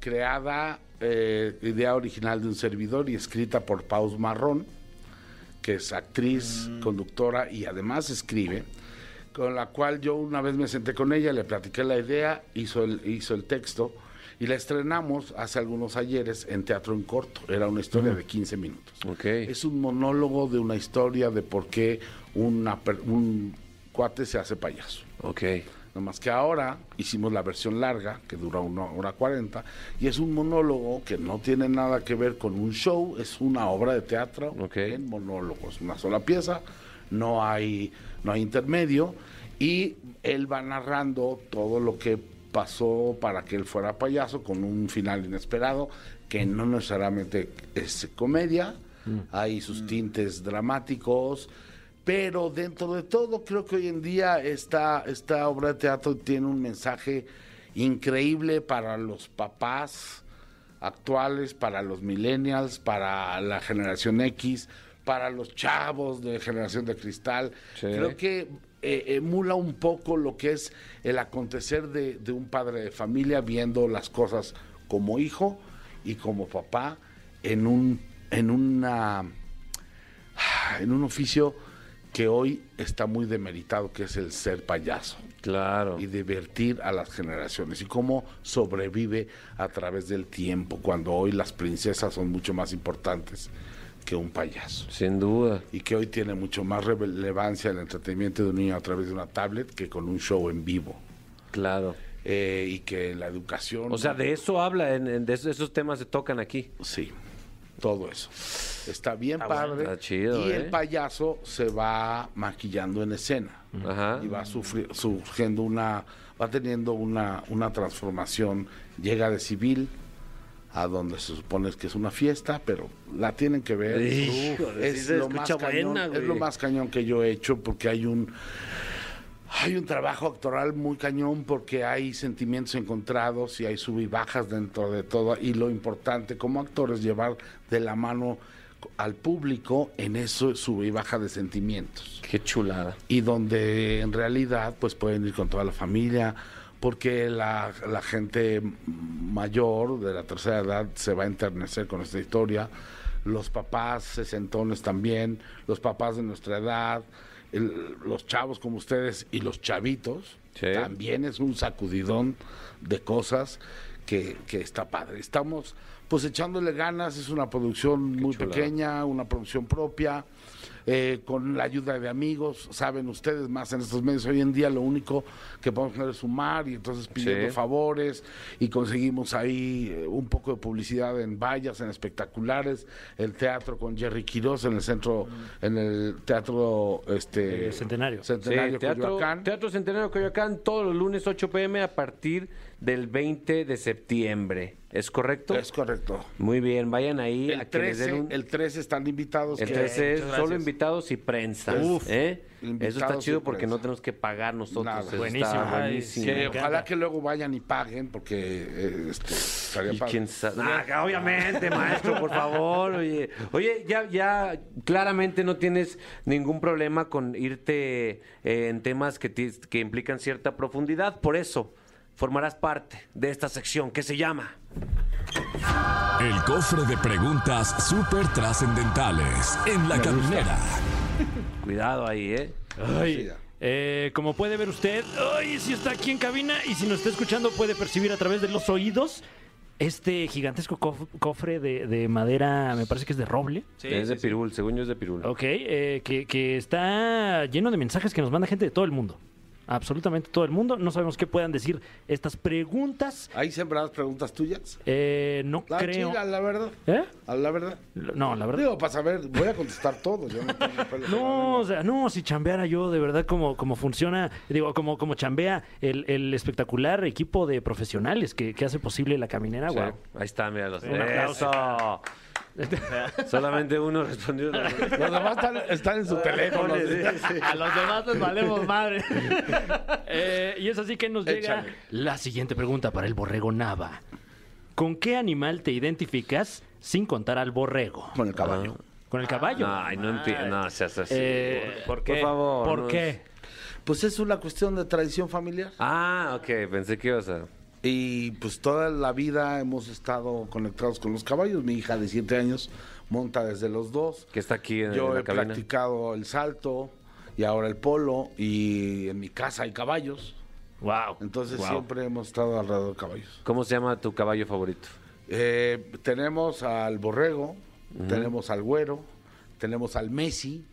Speaker 7: creada, eh, idea original de un servidor y escrita por Paus Marrón, que es actriz,
Speaker 2: Mm.
Speaker 7: conductora y además escribe, con la cual yo una vez me senté con ella, le platiqué la idea, hizo el, hizo el texto y la estrenamos hace algunos ayeres en Teatro en Corto. Era una historia de 15 minutos.
Speaker 2: Ok.
Speaker 7: Es un monólogo de una historia de por qué una per- un cuate se hace payaso.
Speaker 2: Ok.
Speaker 7: Nada más que ahora hicimos la versión larga, que dura una hora cuarenta, y es un monólogo que no tiene nada que ver con un show, es una obra de teatro
Speaker 2: Ok.
Speaker 7: en monólogos, una sola pieza, no hay, no hay intermedio, y él va narrando todo lo que pasó para que él fuera payaso con un final inesperado, que no necesariamente es comedia, hay sus tintes dramáticos, pero dentro de todo, creo que hoy en día esta, esta obra de teatro tiene un mensaje increíble para los papás actuales, para los millennials, para la generación X, para los chavos de generación de cristal.
Speaker 2: Sí.
Speaker 7: Creo que eh, emula un poco lo que es el acontecer de, de un padre de familia viendo las cosas como hijo y como papá en un en una en un oficio que hoy está muy demeritado, que es el ser payaso
Speaker 2: Claro.
Speaker 7: y divertir a las generaciones y cómo sobrevive a través del tiempo, cuando hoy las princesas son mucho más importantes que un payaso
Speaker 2: Sin duda.
Speaker 7: y que hoy tiene mucho más relevancia el entretenimiento de un niño a través de una tablet que con un show en vivo
Speaker 2: Claro.
Speaker 7: Eh, y que la educación...
Speaker 2: O sea, de eso habla, en- en- de esos- esos temas se tocan aquí.
Speaker 7: Sí, todo eso. Está bien
Speaker 2: bueno,
Speaker 7: padre.
Speaker 2: está chido,
Speaker 7: y
Speaker 2: ¿eh?
Speaker 7: el payaso se va maquillando en escena.
Speaker 2: Ajá.
Speaker 7: Y va sufri- surgiendo una, va teniendo una, una transformación. Llega de civil a donde se supone que es una fiesta, pero la tienen que ver.
Speaker 2: Híjole, sí
Speaker 7: es,
Speaker 2: se
Speaker 7: lo más
Speaker 2: escucha
Speaker 7: cañón,
Speaker 2: buena,
Speaker 7: es lo
Speaker 2: güey.
Speaker 7: más cañón que yo he hecho porque hay un hay un trabajo actoral muy cañón porque hay sentimientos encontrados y hay sub y bajas dentro de todo. Y lo importante como actor es llevar de la mano al público en eso sub y baja de sentimientos.
Speaker 2: Qué chulada.
Speaker 7: Y donde en realidad pues pueden ir con toda la familia porque la, la gente mayor de la tercera edad se va a enternecer con esta historia. Los papás sesentones también, los papás de nuestra edad, el- los chavos como ustedes y los chavitos
Speaker 2: Sí.
Speaker 7: también también es un sacudidón de cosas que, que está padre. Estamos pues echándole ganas, es una producción muy
Speaker 2: chulada.
Speaker 7: pequeña, una producción propia, eh, con la ayuda de amigos, saben ustedes más en estos medios, hoy en día lo único que podemos hacer es sumar y entonces pidiendo
Speaker 2: Sí.
Speaker 7: favores y conseguimos ahí eh, un poco de publicidad en vallas, en espectaculares, el teatro con Jerry Quiroz en el centro,
Speaker 2: Mm.
Speaker 7: en el teatro este
Speaker 4: Eh, Centenario.
Speaker 2: Sí,
Speaker 7: Centenario
Speaker 2: teatro,
Speaker 7: Coyoacán.
Speaker 2: teatro Centenario Coyoacán todos los lunes 8 pm a partir del 20 de septiembre. ¿Es correcto?
Speaker 7: Es correcto.
Speaker 2: Muy bien, vayan ahí a
Speaker 7: El
Speaker 2: que les
Speaker 7: 13,
Speaker 2: den un...
Speaker 7: el 13 están invitados.
Speaker 2: el
Speaker 7: que-
Speaker 2: 13 es
Speaker 3: muchas
Speaker 2: solo
Speaker 3: gracias.
Speaker 2: invitados y prensa.
Speaker 7: Uf.
Speaker 2: ¿eh? Eso está
Speaker 7: Invitados y
Speaker 2: chido porque
Speaker 7: prensa.
Speaker 2: no tenemos que pagar nosotros.
Speaker 7: Nada.
Speaker 2: Eso
Speaker 4: Buenísimo.
Speaker 2: está
Speaker 4: Ay,
Speaker 2: buenísimo.
Speaker 7: Que
Speaker 4: encanta.
Speaker 7: ojalá que luego vayan y paguen, porque eh, este, estaría
Speaker 2: Y
Speaker 7: padre.
Speaker 2: quién sabe. Ah, obviamente, maestro, por favor. Oye, oye, ya, ya claramente no tienes ningún problema con irte eh, en temas que, ti- que implican cierta profundidad. Por eso formarás parte de esta sección que se llama.
Speaker 1: El cofre de preguntas súper trascendentales en la caminera.
Speaker 2: Cuidado ahí, ¿eh?
Speaker 4: Ay, eh, como puede ver usted, ay, si está aquí en cabina y si nos está escuchando puede percibir a través de los oídos este gigantesco cof- cofre de, de madera, me parece que es de roble,
Speaker 3: Sí,
Speaker 2: es de
Speaker 3: sí, sí.
Speaker 2: Pirul, según yo es de Pirul.
Speaker 4: ok, eh, que, que está lleno de mensajes que nos manda gente de todo el mundo. Absolutamente todo el mundo. No sabemos qué puedan decir estas preguntas.
Speaker 7: ¿Ahí sembradas preguntas tuyas?
Speaker 4: Eh, no
Speaker 7: La
Speaker 4: creo.
Speaker 7: chila, la verdad.
Speaker 4: ¿Eh?
Speaker 7: A la verdad.
Speaker 4: No, la verdad.
Speaker 7: Digo, para saber, voy a contestar todo. yo no tengo pelos en la
Speaker 4: No,
Speaker 7: lengua.
Speaker 4: o sea, no, si chambeara yo, de verdad, como, como funciona, digo, como, como chambea el, el espectacular equipo de profesionales que, que hace posible la caminera,
Speaker 2: Sí,
Speaker 4: ah, guau.
Speaker 2: Ahí está, mira los.
Speaker 4: Un aplauso.
Speaker 2: ¡Eso! Solamente uno respondió.
Speaker 7: Los demás están, están en su teléfono. así.
Speaker 3: A los demás les valemos madre.
Speaker 4: Eh, y es así que nos llega
Speaker 7: Échale.
Speaker 4: la siguiente pregunta para el borrego Nava. ¿Con qué animal te identificas sin contar al borrego?
Speaker 7: Con el caballo.
Speaker 4: ¿Con el caballo?
Speaker 2: Ay, no empie- No seas así.
Speaker 4: Eh,
Speaker 2: por, favor.
Speaker 4: ¿Por
Speaker 2: no es-
Speaker 4: qué?
Speaker 7: Pues es una cuestión de tradición familiar.
Speaker 2: Ah, ok, pensé que ibas a.
Speaker 7: Y pues toda la vida hemos estado conectados con los caballos. Mi hija de siete años monta desde los dos.
Speaker 2: Que está aquí en, en
Speaker 7: Yo
Speaker 2: la
Speaker 7: he
Speaker 2: cabina.
Speaker 7: practicado el salto y ahora el polo. Y en mi casa hay caballos.
Speaker 4: Wow.
Speaker 7: Entonces siempre hemos estado alrededor de caballos.
Speaker 2: ¿Cómo se llama tu caballo favorito?
Speaker 7: Eh, tenemos al borrego, tenemos al güero, tenemos al Messi.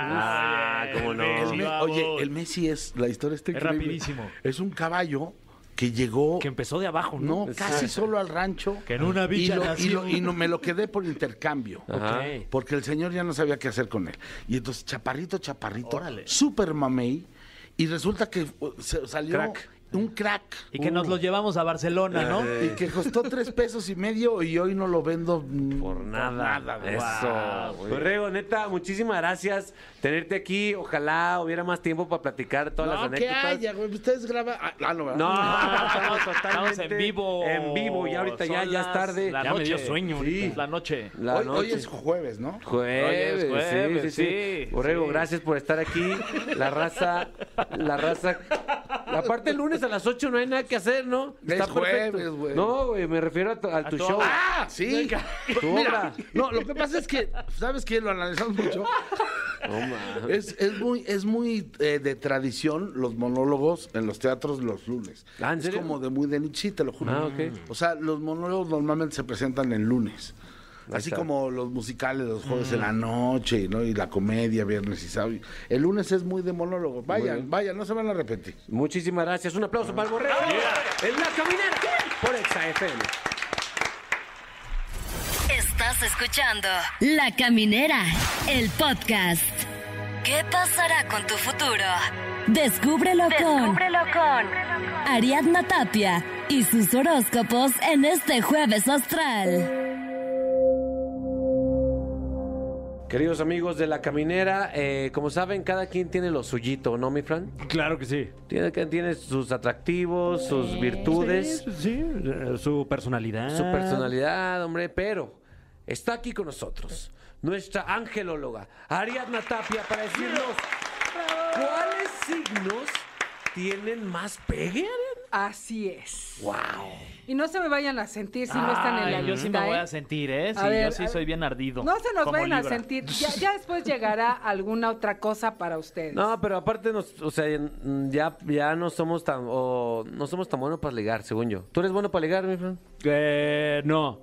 Speaker 2: Ah, cómo no.
Speaker 7: El Me- oye, el Messi es, la historia está
Speaker 3: Es
Speaker 7: increíble.
Speaker 3: rapidísimo.
Speaker 7: Es un caballo que llegó,
Speaker 4: Que empezó de abajo, ¿no?
Speaker 7: no, casi solo al rancho.
Speaker 3: Que en una
Speaker 7: y,
Speaker 3: bicha
Speaker 7: lo- y
Speaker 3: nació.
Speaker 7: lo- y no, me lo quedé por intercambio.
Speaker 2: Ajá.
Speaker 4: Ok.
Speaker 7: Porque el señor ya no sabía qué hacer con él. Y entonces, chaparrito, chaparrito, super mamey. Y resulta que uh, se- salió
Speaker 2: Crack.
Speaker 7: un crack.
Speaker 3: Y que nos lo llevamos a Barcelona, ¿no?
Speaker 7: Y que costó tres pesos y medio y hoy no lo vendo mm,
Speaker 2: Por nada.
Speaker 7: güey.
Speaker 2: Eso. Borrego, neta, muchísimas gracias tenerte aquí. Ojalá hubiera más tiempo para platicar todas las
Speaker 7: No, que
Speaker 2: anécdotas.
Speaker 7: haya, güey. Ustedes graban. Ah, ah, no, ¿verdad?
Speaker 2: No,
Speaker 3: Estamos
Speaker 2: estamos totalmente
Speaker 3: en vivo.
Speaker 2: En vivo, ya ahorita ya,
Speaker 3: Son
Speaker 2: ya es
Speaker 3: las-
Speaker 2: tarde.
Speaker 3: la
Speaker 4: Ya me dio
Speaker 3: noche.
Speaker 4: sueño
Speaker 3: Sí,
Speaker 4: ahorita.
Speaker 3: La noche.
Speaker 2: La
Speaker 7: hoy, hoy
Speaker 2: noche. ¡Ah!
Speaker 7: es jueves, ¿no?
Speaker 2: Jueves,
Speaker 3: Hoy es jueves,
Speaker 2: sí, sí,
Speaker 3: sí,
Speaker 2: sí. Borrego,
Speaker 3: sí.
Speaker 2: gracias por estar aquí. La raza, la raza. Aparte, el lunes a las 8 no hay nada que hacer, ¿no?
Speaker 7: Es jueves, güey.
Speaker 2: No, güey, me refiero a tu, a tu show.
Speaker 7: Ah, sí.
Speaker 2: Tu obra.
Speaker 7: Mira, no, lo que pasa es que, ¿sabes qué? Lo analizamos mucho. Es, es muy, es muy eh, de tradición los monólogos en los teatros los lunes.
Speaker 2: Ah, ¿en
Speaker 7: es
Speaker 2: serio?
Speaker 7: como de muy de nicho, sí, te lo juro.
Speaker 2: Ah, ok.
Speaker 7: O sea, los monólogos normalmente se presentan el lunes.
Speaker 2: Ahí
Speaker 7: Así
Speaker 2: está.
Speaker 7: como los musicales los jueves en la
Speaker 2: Mm.
Speaker 7: noche, ¿no? Y la comedia, viernes y sábado. El lunes es muy de monólogo. Vayan, vayan, no se van a repetir.
Speaker 2: Muchísimas gracias. Un aplauso para el borrego. En la caminera por Exa FM.
Speaker 5: Estás escuchando La Caminera, el podcast. ¿Qué pasará con tu futuro? Descúbrelo, con, con Ariadna Tapia y sus horóscopos en este jueves astral.
Speaker 2: Queridos amigos de la caminera, eh, como saben, cada quien tiene lo suyito, ¿no, mi Fran?
Speaker 4: Claro que sí.
Speaker 2: Tiene, tiene sus atractivos, sus virtudes.
Speaker 4: Sí, Ah. sí, eh, su personalidad.
Speaker 2: su personalidad, hombre, pero está aquí con nosotros nuestra angelóloga Ariadna Tapia para decirnos cuáles signos tienen más pegue. Ariadna?
Speaker 8: Así es.
Speaker 2: Wow.
Speaker 8: Y no se me vayan a sentir si no están en la
Speaker 3: Ay,
Speaker 8: lista.
Speaker 3: yo sí me voy
Speaker 8: ¿eh?
Speaker 3: a sentir, ¿eh? Sí,
Speaker 8: A ver,
Speaker 3: yo sí
Speaker 8: a-
Speaker 3: soy bien ardido.
Speaker 8: No se nos
Speaker 3: como
Speaker 8: vayan a
Speaker 3: Libra.
Speaker 8: sentir. Ya, ya después llegará alguna otra cosa para ustedes.
Speaker 2: No, pero aparte nos, o sea, mm, ya, ya no somos tan o no somos tan buenos para ligar, según yo. ¿Tú eres bueno para ligar, mi Fran?
Speaker 4: Eh, no.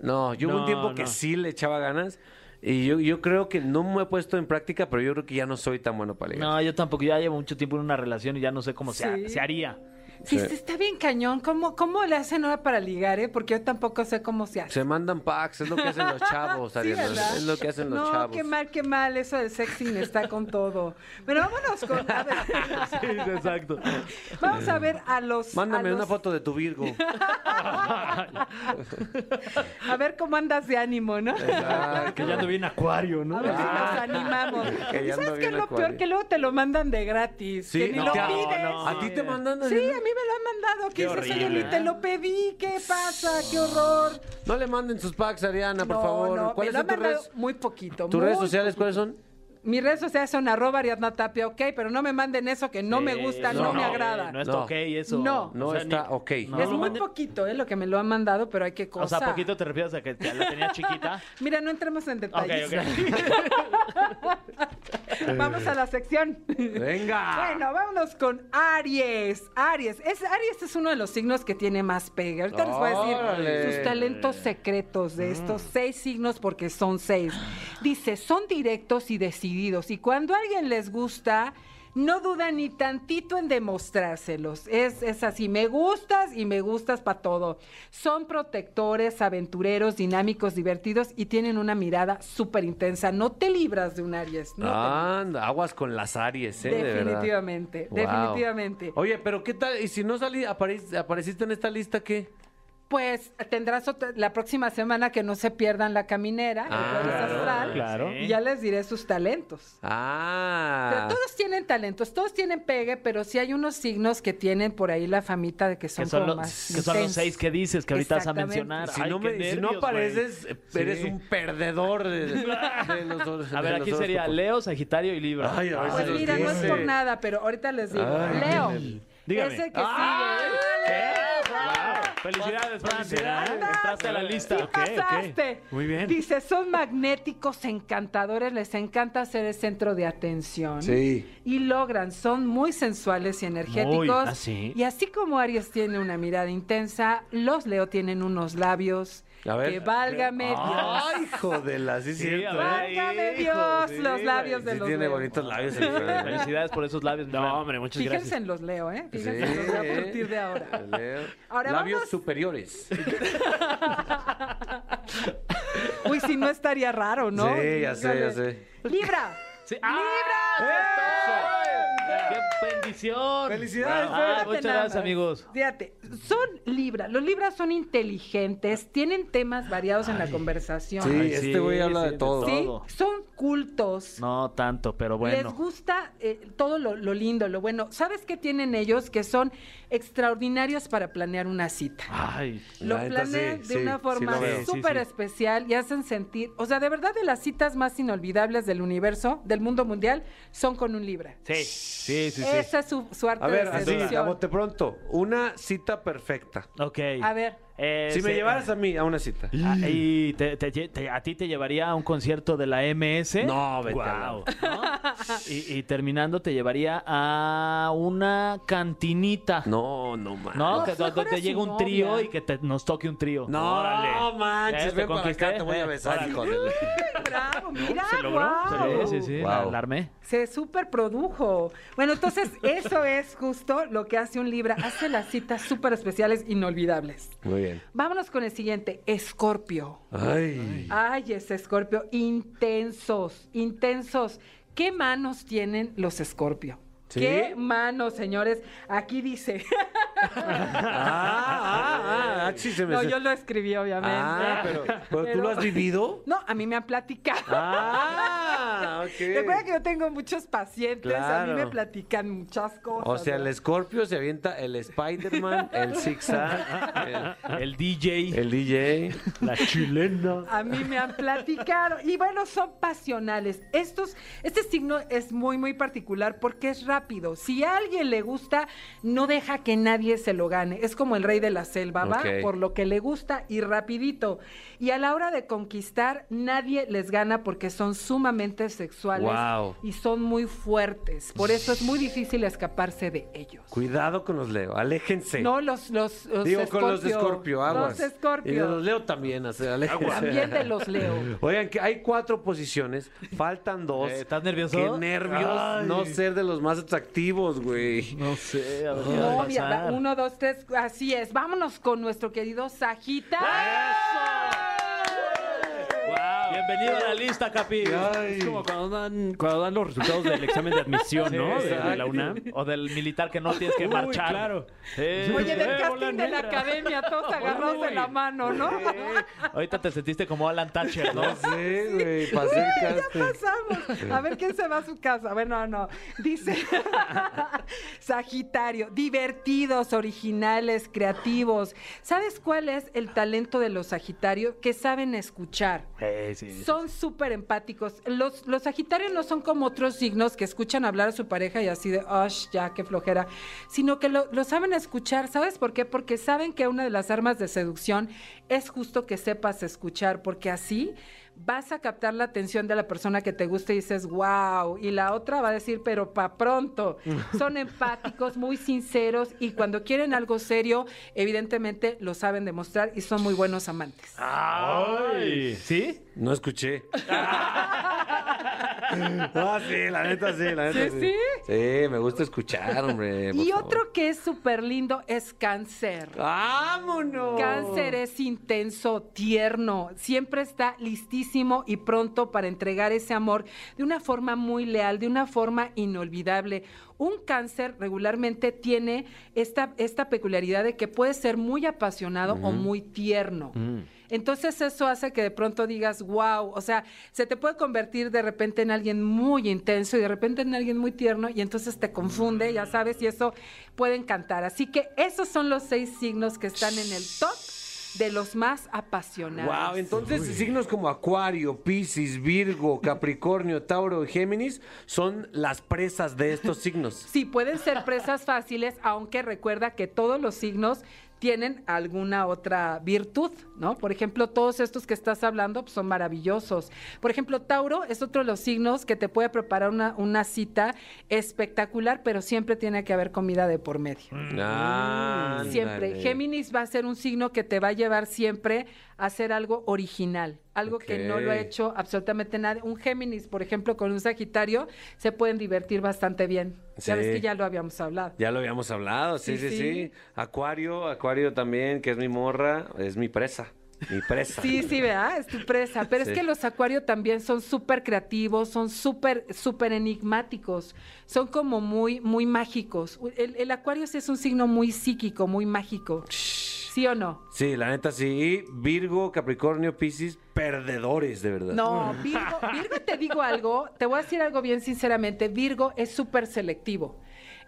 Speaker 2: No, yo hubo un
Speaker 4: No,
Speaker 2: tiempo que
Speaker 4: no.
Speaker 2: sí le echaba ganas y yo, yo creo que no me he puesto en práctica, pero yo creo que ya no soy tan bueno para ligar.
Speaker 3: No, yo tampoco. Ya llevo mucho tiempo en una relación y ya no sé cómo se, ha-
Speaker 8: Sí.
Speaker 3: se haría.
Speaker 8: Sí, sí, está bien cañón. ¿Cómo, ¿Cómo le hacen ahora para ligar, eh? Porque yo tampoco sé cómo se hace.
Speaker 2: Se mandan packs, es lo que hacen los chavos,
Speaker 8: Sí,
Speaker 2: Ariana.
Speaker 8: ¿verdad?
Speaker 2: es lo que hacen los
Speaker 8: no,
Speaker 2: chavos.
Speaker 8: qué mal, qué mal. Eso del sexting está con todo. Pero vámonos con... a ver,
Speaker 4: Sí, exacto.
Speaker 8: vamos a ver a los... a
Speaker 2: Mándame
Speaker 8: los-
Speaker 2: una foto de tu Virgo.
Speaker 8: A ver cómo andas de ánimo, ¿no?
Speaker 2: Eh,
Speaker 4: Que ya ando bien acuario, ¿no?
Speaker 8: A ver si nos animamos.
Speaker 2: Ah. que
Speaker 8: ¿Y
Speaker 2: ya
Speaker 8: sabes
Speaker 2: ando
Speaker 8: qué es
Speaker 2: bien
Speaker 8: lo peor?
Speaker 2: acuario.
Speaker 8: Que luego te lo mandan de gratis. que ni
Speaker 2: no,
Speaker 8: lo
Speaker 2: te-
Speaker 8: pides.
Speaker 4: no.
Speaker 2: A ti te mandan.
Speaker 8: Sí, a mí me lo han mandado. Que
Speaker 4: Qué
Speaker 8: dices, oye,
Speaker 4: horrible.
Speaker 8: ni te lo pedí. ¿Qué pasa? ¡Qué horror!
Speaker 2: No le manden sus packs, Ariana, por
Speaker 8: No,
Speaker 2: favor.
Speaker 8: no,
Speaker 2: ¿Cuáles
Speaker 8: me
Speaker 2: son
Speaker 8: lo
Speaker 2: tus
Speaker 8: han mandado
Speaker 2: redes?
Speaker 8: Muy poquito.
Speaker 2: ¿Tus redes
Speaker 8: muy
Speaker 2: sociales cuáles son?
Speaker 8: Mis redes sociales son arroba Ariadna Tapia, ok, pero no me manden eso que no me gusta, no,
Speaker 2: no,
Speaker 8: me
Speaker 2: no,
Speaker 8: agrada.
Speaker 3: Eh, No es
Speaker 2: No.
Speaker 3: ok eso.
Speaker 8: No.
Speaker 2: No
Speaker 4: O sea,
Speaker 2: está,
Speaker 4: ni-
Speaker 2: ok.
Speaker 4: no.
Speaker 8: es
Speaker 4: lo
Speaker 8: muy
Speaker 4: manden-
Speaker 8: poquito, ¿eh? Lo que me lo han mandado, pero hay que cosa.
Speaker 3: O sea, poquito te refieres a que te la tenía chiquita.
Speaker 8: Mira, no entremos en
Speaker 3: Ok,
Speaker 8: detalles.
Speaker 3: ok.
Speaker 8: Vamos a la sección.
Speaker 2: Venga.
Speaker 8: Bueno, vámonos con Aries. Aries. Es, Aries es uno de los signos que tiene más pega. Ahorita les voy a
Speaker 2: Órale. Mm.
Speaker 8: decir sus talentos secretos de estos seis signos, porque son seis. Dice, son directos y decididos. Y cuando a alguien les gusta, no duda ni tantito en demostrárselos. Es, es así, me gustas y me gustas para todo. Son protectores, aventureros, dinámicos, divertidos y tienen una mirada súper intensa. No te libras de un Aries. No te
Speaker 2: Ah, Anda, aguas con las Aries, ¿eh? De verdad.
Speaker 8: Definitivamente,
Speaker 2: Wow.
Speaker 8: definitivamente.
Speaker 2: Oye, pero ¿qué tal? ¿Y si no salí, aparec- apareciste en esta lista, qué?
Speaker 8: Pues tendrás otra- la próxima semana que no se pierdan la caminera, el
Speaker 2: Ah,
Speaker 8: jueves
Speaker 2: claro,
Speaker 8: astral,
Speaker 4: claro.
Speaker 8: y ya les diré sus talentos. Pero
Speaker 2: Ah.
Speaker 8: todos tienen talentos, todos tienen pegue, pero sí hay unos signos que tienen por ahí la famita de que son,
Speaker 3: Que son,
Speaker 8: como
Speaker 3: los,
Speaker 8: más
Speaker 3: que son los
Speaker 8: intensos.
Speaker 3: seis que dices que ahorita vas a
Speaker 8: Exactamente.
Speaker 3: mencionar.
Speaker 2: Ah, Si,
Speaker 3: Ay,
Speaker 2: no
Speaker 3: qué
Speaker 2: me- si no
Speaker 3: nervios, güey.
Speaker 2: apareces, eres
Speaker 3: Sí.
Speaker 2: un perdedor de, de los hor-
Speaker 3: A
Speaker 2: de
Speaker 3: ver,
Speaker 2: los
Speaker 3: aquí sería
Speaker 2: horóscopos.
Speaker 3: Leo, Sagitario y Libra.
Speaker 2: Ay, a ver
Speaker 8: Pues
Speaker 2: si los
Speaker 8: mira, no es
Speaker 2: dice.
Speaker 8: por nada, pero ahorita les digo.
Speaker 2: Ay,
Speaker 8: Leo,
Speaker 2: dímelo.
Speaker 4: Dígame.
Speaker 8: ese que ¿eh?
Speaker 2: ¡Ay!
Speaker 8: sigue.
Speaker 4: Felicidades, Fran.
Speaker 8: Anda.
Speaker 3: Entraste a la lista.
Speaker 8: Sí
Speaker 4: Ok, ok.
Speaker 8: pasaste.
Speaker 4: Muy bien.
Speaker 8: Dice, son magnéticos, encantadores, les encanta ser el centro de atención.
Speaker 2: Sí.
Speaker 8: Y logran, son muy sensuales y energéticos.
Speaker 4: Muy, ah, sí.
Speaker 8: Y así como Aries tiene una mirada intensa, los Leo tienen unos labios
Speaker 2: A ver. Ah,
Speaker 8: que válgame Dios.
Speaker 2: Ay, hijo de la, sí, es
Speaker 4: Sí,
Speaker 2: cierto. ¿eh?
Speaker 4: a ver.
Speaker 8: Válgame
Speaker 4: hijo,
Speaker 8: Dios,
Speaker 4: sí,
Speaker 8: los labios de
Speaker 2: Sí,
Speaker 8: los
Speaker 2: tiene
Speaker 8: Leo.
Speaker 2: bonitos labios. el ¿eh? Fran.
Speaker 3: Felicidades por esos labios. mi Fran.
Speaker 4: No, hombre, muchas
Speaker 8: Fíjense
Speaker 4: gracias.
Speaker 8: en los Leo, ¿eh?
Speaker 2: Sí,
Speaker 8: Fíjense en los Leo a
Speaker 2: ¿eh?
Speaker 8: partir de ahora.
Speaker 2: Leo.
Speaker 8: Ahora
Speaker 2: Labios
Speaker 8: vamos-
Speaker 2: superiores.
Speaker 8: Uy, si no estaría raro, ¿no?
Speaker 2: Sí, ya sé, ya sé.
Speaker 8: Libra.
Speaker 3: Sí. ¡Ah! ¡Qué bendición!
Speaker 2: Felicidades,
Speaker 3: Ah,
Speaker 8: Fíjate
Speaker 3: muchas
Speaker 8: nada
Speaker 3: gracias,
Speaker 8: más.
Speaker 3: amigos.
Speaker 8: Fíjate, son Libra. Los Libras son inteligentes, tienen temas variados en la conversación.
Speaker 2: Sí,
Speaker 3: Ay, sí,
Speaker 2: este güey habla
Speaker 3: sí,
Speaker 2: de
Speaker 3: de
Speaker 2: todo.
Speaker 3: todo.
Speaker 8: Sí, son cultos.
Speaker 3: No tanto, pero bueno.
Speaker 8: Les gusta eh, todo lo, lo lindo, lo bueno. ¿Sabes qué tienen ellos? Que son extraordinarios para planear una cita.
Speaker 4: Ay,
Speaker 8: Lo
Speaker 2: Ah, La neta,
Speaker 8: planean
Speaker 2: sí,
Speaker 8: de
Speaker 2: sí,
Speaker 8: una
Speaker 2: sí
Speaker 8: forma
Speaker 2: lo veo.
Speaker 4: Sí,
Speaker 8: súper
Speaker 4: sí.
Speaker 8: especial y hacen sentir, o sea, de verdad de las citas más inolvidables del universo, del mundo mundial, son con un Libra.
Speaker 4: sí, sí, sí. sí.
Speaker 8: Esa es su, su arte
Speaker 2: A ver,
Speaker 8: de
Speaker 2: así, a
Speaker 8: seducción.
Speaker 2: bote pronto. Una cita perfecta.
Speaker 3: Ok.
Speaker 8: A ver.
Speaker 3: Eh,
Speaker 2: Si me
Speaker 3: se-
Speaker 2: llevaras a mí a una cita.
Speaker 3: Ah, y te- te lle- te- a ti te llevaría a un concierto de la MS.
Speaker 2: No, vete a
Speaker 3: Guau, ¿no? Y, y terminando te llevaría a una cantinita.
Speaker 2: No, no, man.
Speaker 3: ¿no?
Speaker 8: No,
Speaker 3: que
Speaker 8: pues mejor
Speaker 3: donde
Speaker 8: a
Speaker 3: te
Speaker 8: su
Speaker 3: llega un trío
Speaker 8: novia.
Speaker 3: y que te- nos toque un trío.
Speaker 2: No,
Speaker 3: Órale.
Speaker 2: manches,
Speaker 3: Ya te
Speaker 2: ven para
Speaker 3: conquisté,
Speaker 2: acá, te voy a
Speaker 3: eh.
Speaker 2: besar,
Speaker 3: Órale.
Speaker 2: hijo de la-
Speaker 8: Bravo, mira, guau.
Speaker 3: Sí, sí, sí.
Speaker 2: Guau.
Speaker 3: Alarme.
Speaker 8: Se superprodujo. Bueno, entonces eso es justo lo que hace un Libra. Hace las citas súper especiales, inolvidables.
Speaker 2: Muy bien.
Speaker 8: Vámonos con el siguiente, Escorpio.
Speaker 2: Ay.
Speaker 8: Ay, ese Escorpio, intensos, intensos. ¿Qué manos tienen los Escorpio?
Speaker 2: ¿Sí?
Speaker 8: ¿Qué manos, señores? Aquí dice.
Speaker 2: Ah, ah, ah, ah, sí, se me
Speaker 8: No,
Speaker 2: se-
Speaker 8: yo lo escribí, obviamente.
Speaker 2: Ah, pero, ¿pero ¿tú lo has vivido?
Speaker 8: No, a mí me han platicado.
Speaker 2: Ah, ok.
Speaker 8: Recuerda que yo tengo muchos pacientes, a mí me
Speaker 2: Claro.
Speaker 8: platican muchas cosas.
Speaker 2: O sea, el
Speaker 8: ¿no?
Speaker 2: Scorpio se avienta el Spider-Man, el Zigzag,
Speaker 3: El DJ.
Speaker 2: el, el DJ.
Speaker 4: La chilena.
Speaker 8: A mí me han platicado. Y bueno, son pasionales. Estos, este signo es muy, muy particular porque es rápido. Si a alguien le gusta, no deja que nadie se lo gane. Es como el rey de la selva, va
Speaker 2: Ok.
Speaker 8: por lo que le gusta y rapidito. Y a la hora de conquistar, nadie les gana porque son sumamente sexuales
Speaker 2: Guau.
Speaker 8: y son muy fuertes. Por eso es muy difícil escaparse de ellos.
Speaker 2: Cuidado con los Leo, aléjense.
Speaker 8: No, los, los, los
Speaker 2: Digo, con los de
Speaker 8: Escorpio.
Speaker 2: Scorpio, aguas.
Speaker 8: Los Escorpio.
Speaker 2: Y de los Leo también, o sea, aléjense.
Speaker 8: También de los Leo.
Speaker 2: Oigan, que hay cuatro posiciones, faltan dos.
Speaker 3: Eh, ¿estás nervioso?
Speaker 2: Qué nervios
Speaker 3: Ay.
Speaker 2: no ser de los más atractivos, güey.
Speaker 3: No sé, a ver qué va a
Speaker 8: Novia,
Speaker 3: pasar.
Speaker 8: va- Uno, dos, tres, así es. Vámonos con nuestro querido Sajita.
Speaker 4: Wow.
Speaker 3: Bienvenido a la lista, Capi.
Speaker 4: Es como cuando dan, cuando dan los resultados del examen de admisión,
Speaker 3: Sí,
Speaker 4: ¿no? De- De,
Speaker 3: exacto.
Speaker 4: la UNAM.
Speaker 3: O del militar que no tienes que
Speaker 4: Uy,
Speaker 3: marchar.
Speaker 4: claro.
Speaker 3: Eh,
Speaker 8: Oye,
Speaker 4: Eh,
Speaker 8: del
Speaker 4: bola
Speaker 8: casting de la
Speaker 4: negra.
Speaker 8: academia, todos agarrados de la mano, ¿no?
Speaker 3: Ahorita te sentiste como Alan Thatcher, ¿no?
Speaker 2: Sí, güey, para hacer casting.
Speaker 8: Pasamos. A ver quién se va a su casa. Bueno, no. Dice Sagitario, divertidos, originales, creativos. ¿Sabes cuál es el talento de los Sagitarios? Que saben escuchar. Son súper empáticos. Los, los Sagitarios no son como otros signos que escuchan hablar a su pareja y así de, ¡osh! Ya, qué flojera. Sino que lo, lo saben escuchar. ¿Sabes por qué? Porque saben que una de las armas de seducción es justo que sepas escuchar, porque así vas a captar la atención de la persona que te gusta y dices, wow. Y la otra va a decir, pero pa' pronto. Son empáticos, muy sinceros y cuando quieren algo serio, evidentemente lo saben demostrar y son muy buenos amantes.
Speaker 4: Ay. ¿Sí?
Speaker 2: No escuché. Ah, sí, la neta sí, la neta
Speaker 8: ¿Sí,
Speaker 2: sí. Sí, me gusta escuchar, hombre. por
Speaker 8: Y
Speaker 2: favor.
Speaker 8: otro que es súper lindo es cáncer.
Speaker 2: ¡Vámonos!
Speaker 8: Cáncer es intenso, tierno, siempre está listísimo y pronto para entregar ese amor de una forma muy leal, de una forma inolvidable. Un cáncer regularmente tiene esta, esta peculiaridad de que puede ser muy apasionado o muy tierno. Entonces eso hace que de pronto digas, wow, o sea, se te puede convertir de repente en alguien muy intenso y de repente en alguien muy tierno y entonces te confunde, ya sabes, y eso puede encantar. Así que esos son los seis signos que están en el top de los más apasionados.
Speaker 2: Wow, entonces signos como Acuario, Piscis, Virgo, Capricornio, Tauro y Géminis son las presas de estos signos.
Speaker 8: Sí, pueden ser presas fáciles, aunque recuerda que todos los signos tienen alguna otra virtud, ¿no? Por ejemplo, todos estos que estás hablando pues, son maravillosos. Por ejemplo, Tauro es otro de los signos que te puede preparar una, una cita espectacular, pero siempre tiene que haber comida de por medio.
Speaker 2: Ah,
Speaker 8: Siempre.
Speaker 2: ándale.
Speaker 8: Géminis va a ser un signo que te va a llevar siempre a hacer algo original, algo que no lo ha
Speaker 2: Ok.
Speaker 8: hecho absolutamente nadie. Un Géminis, por ejemplo, con un Sagitario, se pueden divertir bastante bien. Ya
Speaker 2: Sí.
Speaker 8: ves que ya lo habíamos hablado.
Speaker 2: Ya lo habíamos hablado, sí, sí,
Speaker 8: Sí,
Speaker 2: sí,
Speaker 8: sí.
Speaker 2: Acuario, Acuario también, que es mi morra, es mi presa. Mi presa.
Speaker 8: Sí, sí, ¿verdad? Es tu presa. Pero
Speaker 2: Sí.
Speaker 8: es que los acuarios también son súper creativos, son súper, súper enigmáticos. Son como muy, muy mágicos. El, el acuario sí es un signo muy psíquico, muy mágico. ¿Sí o no?
Speaker 2: Sí, la neta sí. Y Virgo, Capricornio, Piscis, perdedores, de verdad.
Speaker 8: No, Virgo, Virgo, te digo algo, te voy a decir algo bien sinceramente, Virgo es súper selectivo.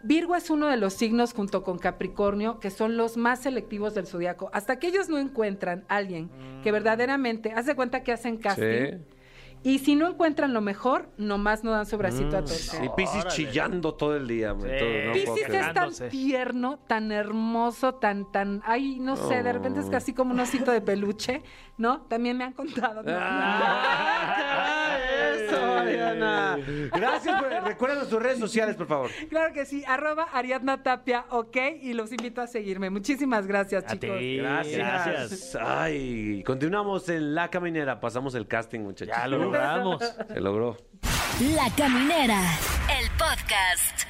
Speaker 8: Virgo es uno de los signos junto con Capricornio que son los más selectivos del zodiaco. Hasta que ellos no encuentran a alguien que verdaderamente hace cuenta que hacen casting.
Speaker 2: Mm. Sí.
Speaker 8: Y si no encuentran lo mejor, nomás no dan su bracito a torcer.
Speaker 2: Y Piscis chillando todo el día, hombre,
Speaker 3: Sí.
Speaker 2: todo, Mm, no puedo
Speaker 8: Piscis
Speaker 2: creer.
Speaker 8: es tan
Speaker 3: Quedándose.
Speaker 8: tierno, tan hermoso, tan, tan, ay, no sé, de repente es casi como un osito de peluche, ¿no? También me han contado. ¿no?
Speaker 2: Ah, caray, eso, Ariana. Gracias por. Recuerden sus redes sociales, por favor.
Speaker 8: Claro que sí, arroba Ariadna Tapia, ok, y los invito a seguirme. Muchísimas gracias,
Speaker 3: A
Speaker 8: chicos.
Speaker 3: ti.
Speaker 2: Gracias. Ay, continuamos en la caminera. Pasamos el casting, muchachos.
Speaker 3: Ya lo logramos.
Speaker 2: Se logró.
Speaker 5: La Caminera, el podcast.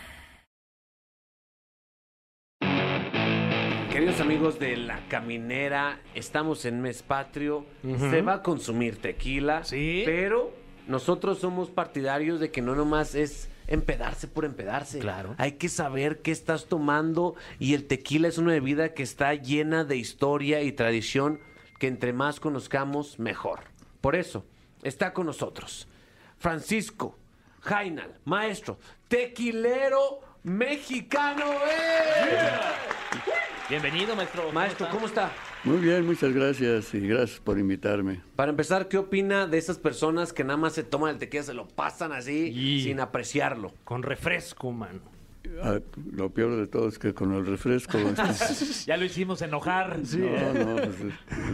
Speaker 2: Queridos amigos de La Caminera, estamos en mes patrio. Se va a consumir tequila.
Speaker 3: Sí.
Speaker 2: Pero nosotros somos partidarios de que no nomás es empedarse por empedarse.
Speaker 3: Claro.
Speaker 2: Hay que saber qué estás tomando y el tequila es una bebida que está llena de historia y tradición que entre más conozcamos, mejor. Por eso, está con nosotros Francisco Jainal, maestro, tequilero mexicano. ¡eh!
Speaker 3: Bienvenido, maestro. ¿Cómo
Speaker 2: Maestro,
Speaker 3: está?
Speaker 2: ¿cómo está?
Speaker 9: Muy bien, muchas gracias y gracias por invitarme.
Speaker 2: Para empezar, ¿qué opina de esas personas que nada más se toman el tequila, se lo pasan así,
Speaker 4: Y-
Speaker 2: sin apreciarlo?
Speaker 4: Con refresco, mano.
Speaker 9: Ah, lo peor de todo es que con el refresco este,
Speaker 3: Ya lo hicimos enojar.
Speaker 9: no, no, pues,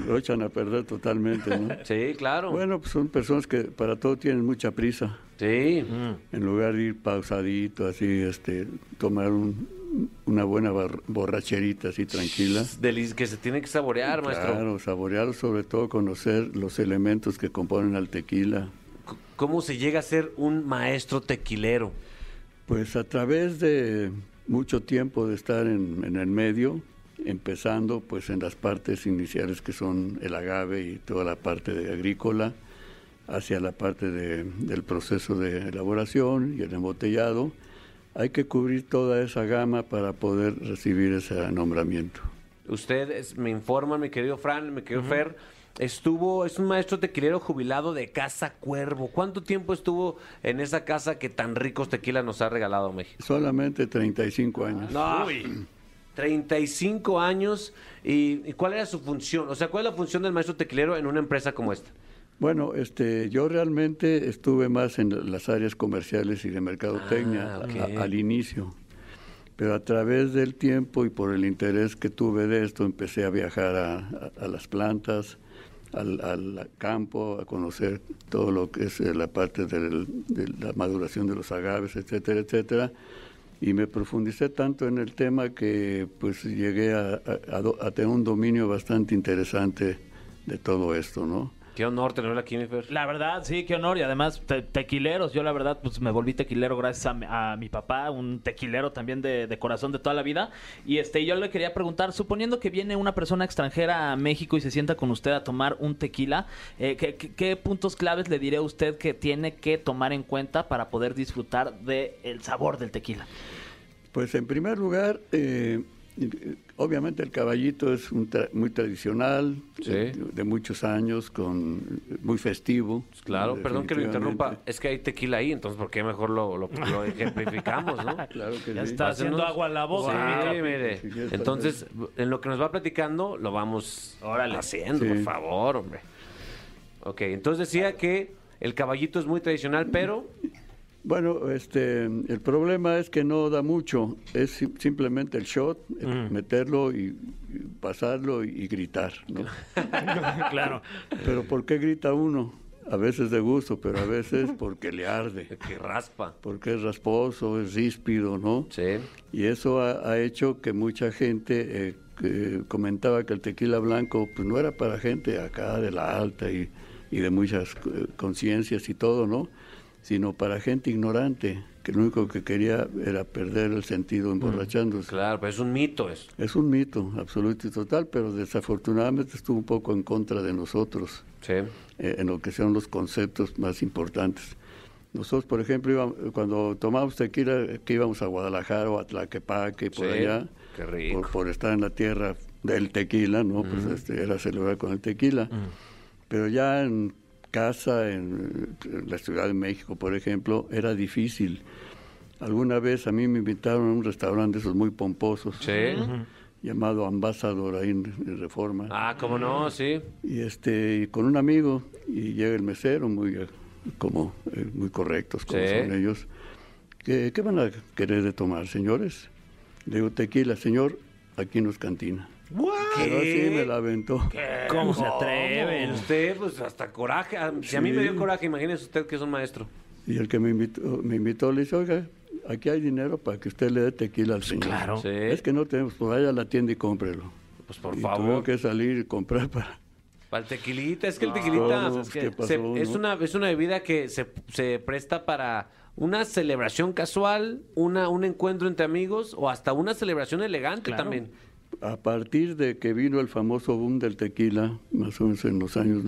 Speaker 9: lo echan a perder totalmente. ¿no?
Speaker 2: Sí, claro.
Speaker 9: Bueno, pues son personas que para todo tienen mucha prisa.
Speaker 2: Sí.
Speaker 8: Mm.
Speaker 9: En lugar de ir pausadito, así, este, tomar un- una buena bar- borracherita así tranquila.
Speaker 2: Delic- que se tiene que saborear, maestro.
Speaker 9: Claro, saborear, sobre todo conocer los elementos que componen al tequila.
Speaker 2: C- ¿Cómo se llega a ser un maestro tequilero?
Speaker 9: Pues a través de
Speaker 8: mucho tiempo de estar en, en el medio, empezando pues en las partes iniciales que son el agave y toda la parte de agrícola, hacia la parte de- del proceso de elaboración y el embotellado. Hay que cubrir toda esa gama para poder recibir ese nombramiento.
Speaker 2: Usted es- me informa, mi querido Fran, mi querido Fer, estuvo, es un maestro tequilero jubilado de Casa Cuervo. ¿Cuánto tiempo estuvo en esa casa que tan ricos tequila nos ha regalado México?
Speaker 8: Solamente 35 años.
Speaker 2: No. 35 años y, y cuál era su función, o sea, cuál es la función del maestro tequilero en una empresa como esta.
Speaker 8: Bueno, este, yo realmente estuve más en las áreas comerciales y de mercadotecnia
Speaker 2: Ah, ok.
Speaker 8: a- al inicio, pero a través del tiempo y por el interés que tuve de esto, empecé a viajar a, a- a las plantas, al, al campo, a conocer todo lo que es eh, la parte del- de la maduración de los agaves, etcétera, etcétera. Y me profundicé tanto en el tema que pues llegué a, a- a do- a tener un dominio bastante interesante de todo esto, ¿no?
Speaker 2: Qué honor tenerla aquí, mi Fer.
Speaker 3: La verdad, sí, qué honor. Y además, te- tequileros. Yo, la verdad, pues me volví tequilero gracias a mi, a mi papá, un tequilero también de, de corazón de toda la vida. Y este, yo le quería preguntar, suponiendo que viene una persona extranjera a México y se sienta con usted a tomar un tequila, eh, ¿qué, qué- qué puntos claves le diré a usted que tiene que tomar en cuenta para poder disfrutar del sabor del tequila?
Speaker 8: Pues en primer lugar, eh, eh, obviamente el caballito es un tra- muy tradicional,
Speaker 2: Sí.
Speaker 8: eh, de muchos años, con muy festivo.
Speaker 2: Pues Claro, perdón que lo interrumpa,
Speaker 8: definitivamente.
Speaker 2: es que hay tequila ahí, entonces ¿por qué mejor lo, lo- lo ejemplificamos, no?
Speaker 8: Claro que
Speaker 3: Ya
Speaker 8: sí.
Speaker 3: está haciendo
Speaker 2: Pásenos.
Speaker 3: agua en la boca.
Speaker 2: Sí,
Speaker 3: mi capi.
Speaker 2: mire.
Speaker 8: Sí, ya está.
Speaker 2: Entonces, en lo que nos va platicando, lo vamos
Speaker 3: Órale.
Speaker 2: haciendo,
Speaker 8: Sí.
Speaker 2: por favor, hombre. Ok, entonces decía que el caballito es muy tradicional, pero
Speaker 8: Bueno, este, el problema es que no da mucho, es sim- simplemente el shot, eh,
Speaker 2: Mm.
Speaker 8: meterlo y, y pasarlo y, y gritar, ¿no?
Speaker 10: claro.
Speaker 8: Pero ¿por qué grita uno? A veces de gusto, pero a veces porque le arde,
Speaker 2: que raspa.
Speaker 8: porque es rasposo, es ríspido, ¿no?
Speaker 2: Sí.
Speaker 8: Y eso ha, ha hecho que mucha gente eh, que comentaba que el tequila blanco pues, no era para gente acá de la alta y, y de muchas eh, conciencias y todo, ¿no? Sino para gente ignorante, que lo único que quería era perder el sentido
Speaker 2: Mm.
Speaker 8: emborrachándose.
Speaker 2: Claro, pero es un mito eso.
Speaker 8: Pues Es un mito absoluto y total, pero desafortunadamente estuvo un poco en contra de nosotros
Speaker 2: Sí.
Speaker 8: eh, en lo que son los conceptos más importantes. Nosotros, por ejemplo, íbam- cuando tomábamos tequila, eh, que íbamos a Guadalajara o a Tlaquepaque, por
Speaker 2: Sí,
Speaker 8: allá,
Speaker 2: qué rico. Mm.
Speaker 8: Por, por estar en la tierra del tequila, ¿no? Pues este, era celebrar con el tequila. Pero ya en casa, en, en la Ciudad de México, por ejemplo, era difícil. Alguna vez a mí me invitaron a un restaurante de esos muy pomposos,
Speaker 2: Sí.
Speaker 8: llamado Ambassador, ahí en- en Reforma.
Speaker 2: Ah, cómo no, sí.
Speaker 8: Y este, y con un amigo, y llega el mesero, muy eh, como eh, muy correctos como
Speaker 2: Sí.
Speaker 8: son ellos. ¿Qué, qué van a querer de tomar, señores? Le digo, tequila, señor, aquí nos cantina. Pero así "Ah, me la aventó.
Speaker 10: ¿Cómo se atreven?
Speaker 2: Usted, pues hasta coraje. Ah, Si a mí me dio
Speaker 8: Sí.
Speaker 2: coraje, imagínese usted que es un maestro.
Speaker 8: Y el que me invitó, me invitó le dice, oiga, aquí hay dinero para que usted le dé tequila al señor.
Speaker 10: claro.
Speaker 2: Sí.
Speaker 8: Es que no tenemos, pues vaya a la tienda y cómprelo.
Speaker 2: Pues por
Speaker 8: y
Speaker 2: favor.
Speaker 8: Tuve que salir y comprar para...
Speaker 2: Para el tequilita, es que el tequilita
Speaker 8: no, pues,
Speaker 2: es,
Speaker 8: ¿qué pasó,
Speaker 2: se-
Speaker 8: no?
Speaker 2: es una, es una bebida que se, se presta para una celebración casual, una, un encuentro entre amigos o hasta una celebración elegante también.
Speaker 8: A partir de que vino el famoso boom del tequila, más o menos en los años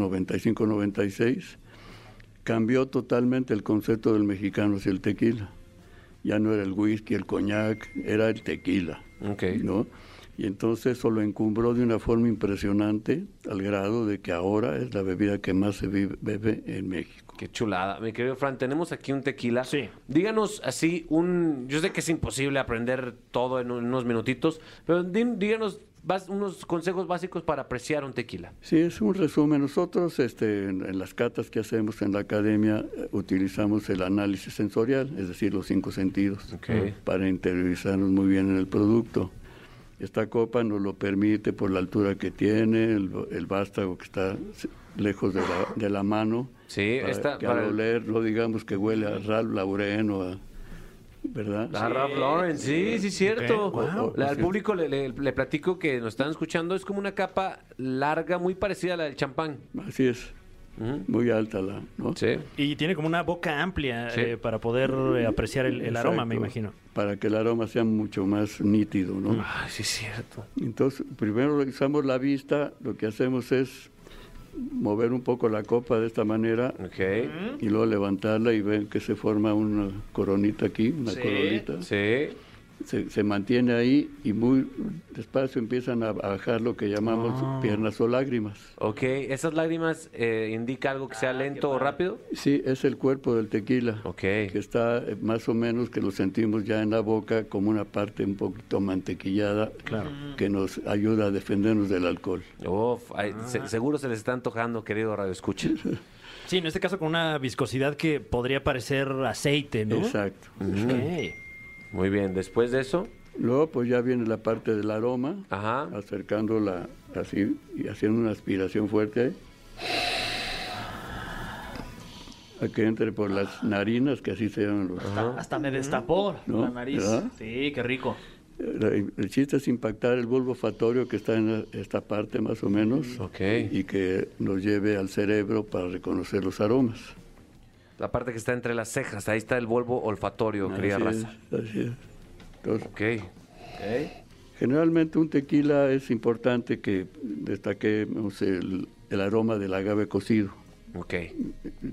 Speaker 8: 95-96, cambió totalmente el concepto del mexicano hacia el tequila. Ya no era el whisky, el coñac, era el tequila.
Speaker 2: Ok.
Speaker 8: ¿no? Y entonces eso lo encumbró de una forma impresionante, al grado de que ahora es la bebida que más se vive- bebe en México.
Speaker 2: Qué chulada. Mi querido Fran, tenemos aquí un tequila.
Speaker 10: Sí.
Speaker 2: Díganos así un... Yo sé que es imposible aprender todo en un- unos minutitos, pero di- díganos bas- unos consejos básicos para apreciar un tequila.
Speaker 8: Sí, es un resumen. Nosotros este, en, en las catas que hacemos en la academia eh, utilizamos el análisis sensorial, es decir, los cinco sentidos,
Speaker 2: Ok.
Speaker 8: Ah, para interiorizarnos muy bien en el producto. Esta copa nos lo permite por la altura que tiene, el, el vástago que está se- lejos de la, de la mano.
Speaker 2: Sí,
Speaker 8: para
Speaker 2: esta-
Speaker 8: que
Speaker 2: para
Speaker 8: al
Speaker 2: el-
Speaker 8: oler no digamos que huele a Ralph Lauren o a... ¿Verdad?
Speaker 2: A Ralph Lauren, sí, sí, cierto.
Speaker 8: Ok, wow.
Speaker 2: La- al
Speaker 8: Sí.
Speaker 2: público le, le- le platico que nos están escuchando, es como una capa larga, muy parecida a la del champán.
Speaker 8: Así es. muy alta la, ¿no?
Speaker 2: Sí.
Speaker 11: Y tiene como una boca amplia
Speaker 2: Sí.
Speaker 11: eh, para poder eh, apreciar el, el aroma, me
Speaker 8: Exacto.
Speaker 11: imagino.
Speaker 8: Para que el aroma sea mucho más nítido, ¿no?
Speaker 2: Ay, Ah, sí es cierto.
Speaker 8: Entonces, primero revisamos la vista, lo que hacemos es mover un poco la copa de esta manera
Speaker 2: Ok.
Speaker 8: y luego levantarla y ven que se forma una coronita aquí, una
Speaker 3: Sí.
Speaker 8: coronita.
Speaker 2: Sí.
Speaker 8: Se, se mantiene ahí y muy despacio empiezan a bajar lo que llamamos
Speaker 2: Ah.
Speaker 8: piernas o lágrimas.
Speaker 2: Ok, ¿esas lágrimas eh, indica algo que sea lento o rápido?
Speaker 8: Sí, es el cuerpo del tequila.
Speaker 2: Ok.
Speaker 8: Que está eh, más o menos que lo sentimos ya en la boca como una parte un poquito mantequillada que nos ayuda a defendernos del alcohol.
Speaker 2: Uf, ay, se- seguro se les está antojando, querido Radio Escucha.
Speaker 11: Sí, en este caso con una viscosidad que podría parecer aceite, ¿no?
Speaker 8: Exacto.
Speaker 11: Ok.
Speaker 2: Muy bien, después de eso,
Speaker 8: Luego pues ya viene la parte del aroma,
Speaker 2: Ajá.
Speaker 8: acercándola así y haciendo una aspiración fuerte. A que entre por las narinas, que así se llaman los... eh,
Speaker 3: Hasta me destapó
Speaker 8: ¿No?
Speaker 3: la nariz.
Speaker 8: ¿Verdad?
Speaker 3: Sí, qué rico.
Speaker 8: El el chiste es impactar el bulbo olfatorio que está en esta parte más o menos
Speaker 2: Ok.
Speaker 8: y que nos lleve al cerebro para reconocer los aromas.
Speaker 2: la parte que está entre las cejas, ahí está el bulbo olfatorio, querida
Speaker 8: Así
Speaker 2: raza.
Speaker 8: es, así es. Entonces,
Speaker 2: Ok.
Speaker 8: generalmente un tequila es importante que destaquemos el, el aroma del agave cocido.
Speaker 2: Ok.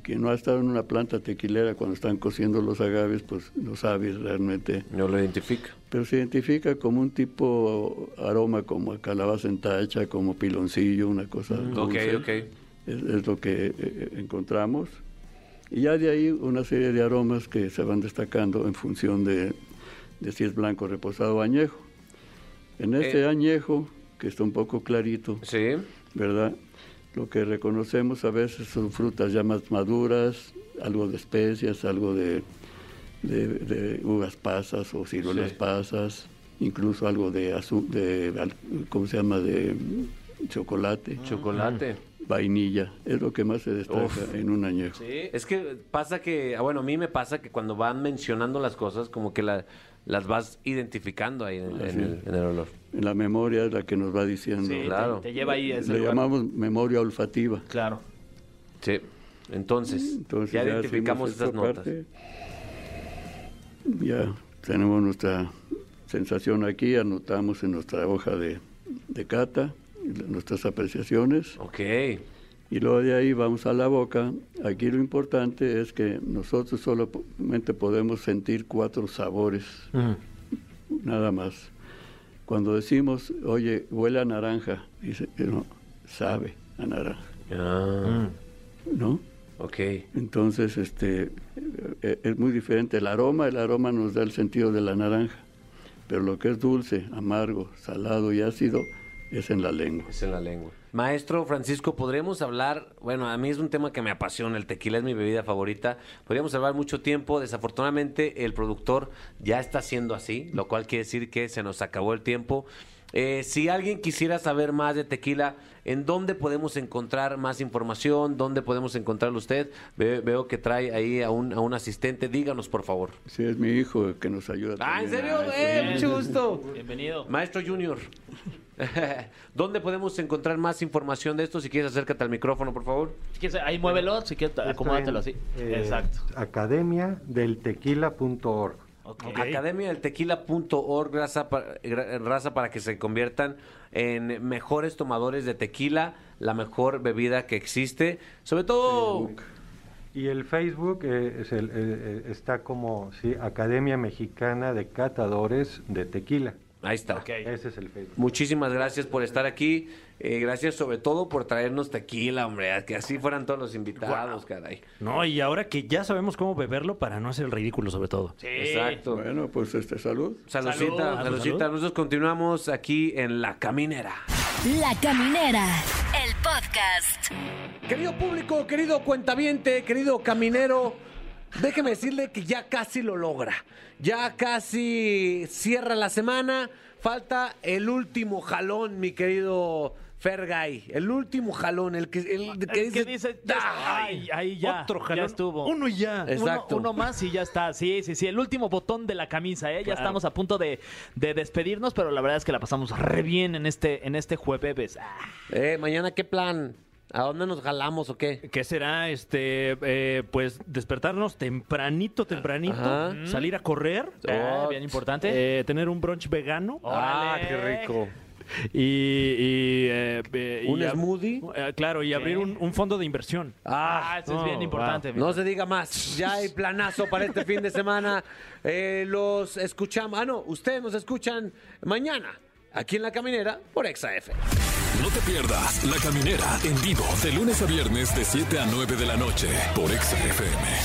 Speaker 8: Quien no ha estado en una planta tequilera cuando están cociendo los agaves, pues no sabe realmente.
Speaker 2: No lo identifica.
Speaker 8: Pero se identifica como un tipo aroma como a calabaza en tacha, como piloncillo, una cosa.
Speaker 2: Ok,
Speaker 8: dulce.
Speaker 2: ok.
Speaker 8: Es, es lo que eh, eh, encontramos. Y ya de ahí una serie de aromas que se van destacando en función de, de si es blanco, reposado o añejo. En este
Speaker 2: Eh.
Speaker 8: añejo, que está un poco clarito, este,
Speaker 2: Sí.
Speaker 8: ¿verdad? Lo que reconocemos a veces son frutas ya más maduras, algo de especias, algo de, de- de uvas pasas o ciruelas pasas, incluso algo de, azu- de al- ¿cómo se llama?, de mm, chocolate,
Speaker 2: Ah. Chocolate.
Speaker 8: vainilla. Es lo que más se destaca
Speaker 2: Uf.
Speaker 8: en un añejo.
Speaker 2: Sí, es que pasa que, ah, bueno, a mí me pasa que cuando van mencionando las cosas, como que la- las vas identificando ahí en el, en el- en el olor.
Speaker 8: En la memoria es la que nos va diciendo.
Speaker 3: Sí, te-
Speaker 2: Claro.
Speaker 3: te, lleva ahí a ese
Speaker 8: Le
Speaker 3: lugar.
Speaker 8: llamamos memoria olfativa.
Speaker 3: Claro.
Speaker 2: Sí. Entonces,
Speaker 8: Entonces
Speaker 2: ya,
Speaker 8: ya
Speaker 2: identificamos
Speaker 8: hacemos
Speaker 2: esas
Speaker 8: esa
Speaker 2: notas.
Speaker 8: parte. Ya tenemos nuestra sensación aquí, anotamos en nuestra hoja de, de cata la- nuestras apreciaciones
Speaker 2: Ok.
Speaker 8: y luego de ahí vamos a la boca. Aquí lo importante es que nosotros solamente podemos sentir cuatro sabores, nada más. Cuando decimos, oye, huele a naranja, dice, no, sabe a naranja,
Speaker 2: Ah,
Speaker 8: ¿no?
Speaker 2: ok.
Speaker 8: Entonces, este, eh, es muy diferente el aroma. El aroma nos da el sentido de la naranja, pero lo que es dulce, amargo, salado y ácido es en la lengua.
Speaker 2: Es pues, en la lengua. Maestro Francisco, podríamos hablar, bueno, a mí es un tema que me apasiona, el tequila es mi bebida favorita, podríamos hablar mucho tiempo, desafortunadamente el productor ya está haciendo así, lo cual quiere decir que se nos acabó el tiempo. Eh, si alguien quisiera saber más de tequila, ¿en dónde podemos encontrar más información? ¿Dónde podemos encontrarlo usted? Ve- veo que trae ahí a un, a un asistente, díganos por favor.
Speaker 8: Sí, es mi hijo que nos ayuda.
Speaker 2: Ah, ¿en
Speaker 8: también.
Speaker 2: serio? ¡Eh, mucho gusto!
Speaker 3: Bienvenido.
Speaker 2: Maestro Junior, ¿dónde podemos encontrar más información de esto? Si quieres, acércate al micrófono, por favor.
Speaker 3: Si quieres, ahí muévelo, si quieres, acomódatelo así. Exacto.
Speaker 4: Academia del Tequila.org.
Speaker 3: Ok.
Speaker 2: Academia del Tequila.org, raza, pa- gra- raza para que se conviertan en mejores tomadores de tequila, la mejor bebida que existe. Sobre todo,
Speaker 4: Y el Facebook eh, es el- eh, eh, está como sí, Academia Mexicana de Catadores de Tequila.
Speaker 2: ahí está.
Speaker 4: Ese es el Facebook.
Speaker 2: Muchísimas gracias por estar aquí. Eh, gracias sobre todo por traernos tequila, hombre. Que así fueran todos los invitados, caray.
Speaker 11: No, y ahora que ya sabemos cómo beberlo para no hacer el ridículo, sobre todo.
Speaker 3: Sí.
Speaker 2: Exacto.
Speaker 8: Bueno, pues este salud.
Speaker 2: Saludcita,
Speaker 3: Salud.
Speaker 2: saludcita.
Speaker 11: Salud.
Speaker 2: Nosotros continuamos aquí en La Caminera.
Speaker 5: La Caminera, el podcast.
Speaker 2: Querido público, querido cuentaviente, querido caminero, déjeme decirle que ya casi lo logra. Ya casi cierra la semana. Falta el último jalón, mi querido Fergay. El último jalón, el que, el que
Speaker 3: El que
Speaker 2: dice,
Speaker 3: dice,
Speaker 2: "Ya".
Speaker 3: ay, ahí ya,
Speaker 11: Otro
Speaker 3: ya
Speaker 11: jalón,
Speaker 3: estuvo.
Speaker 11: Uno y ya.
Speaker 2: Eh, Exacto.
Speaker 3: Uno, uno más y ya está. Sí, sí, sí. El último botón de la camisa, ¿eh? Ya estamos a punto de, de despedirnos, pero la verdad es que la pasamos re bien en este, en este jueves. Ah,
Speaker 2: Eh, mañana, ¿qué plan? ¿A dónde nos jalamos o qué?
Speaker 4: ¿Qué será? Este, eh, pues despertarnos tempranito, tempranito,
Speaker 2: Ajá.
Speaker 4: salir a correr,
Speaker 3: Ah, bien importante.
Speaker 4: eh, tener un brunch vegano
Speaker 2: Ah,
Speaker 3: Órale.
Speaker 2: qué rico.
Speaker 4: y, y, eh, eh, y
Speaker 2: ¿Un
Speaker 4: ab-
Speaker 2: smoothie?
Speaker 4: eh, claro, y abrir un, un fondo de inversión.
Speaker 3: Ah, eso es
Speaker 4: no,
Speaker 3: bien importante. mi
Speaker 2: No se diga más. Ya hay planazo para este fin de semana. Eh, los escuchamos. Ah, no, ustedes nos escuchan mañana aquí en La Caminera por ExaF.
Speaker 1: No te pierdas La Caminera en vivo de lunes a viernes de 7 a 9 de la noche por Exa FM.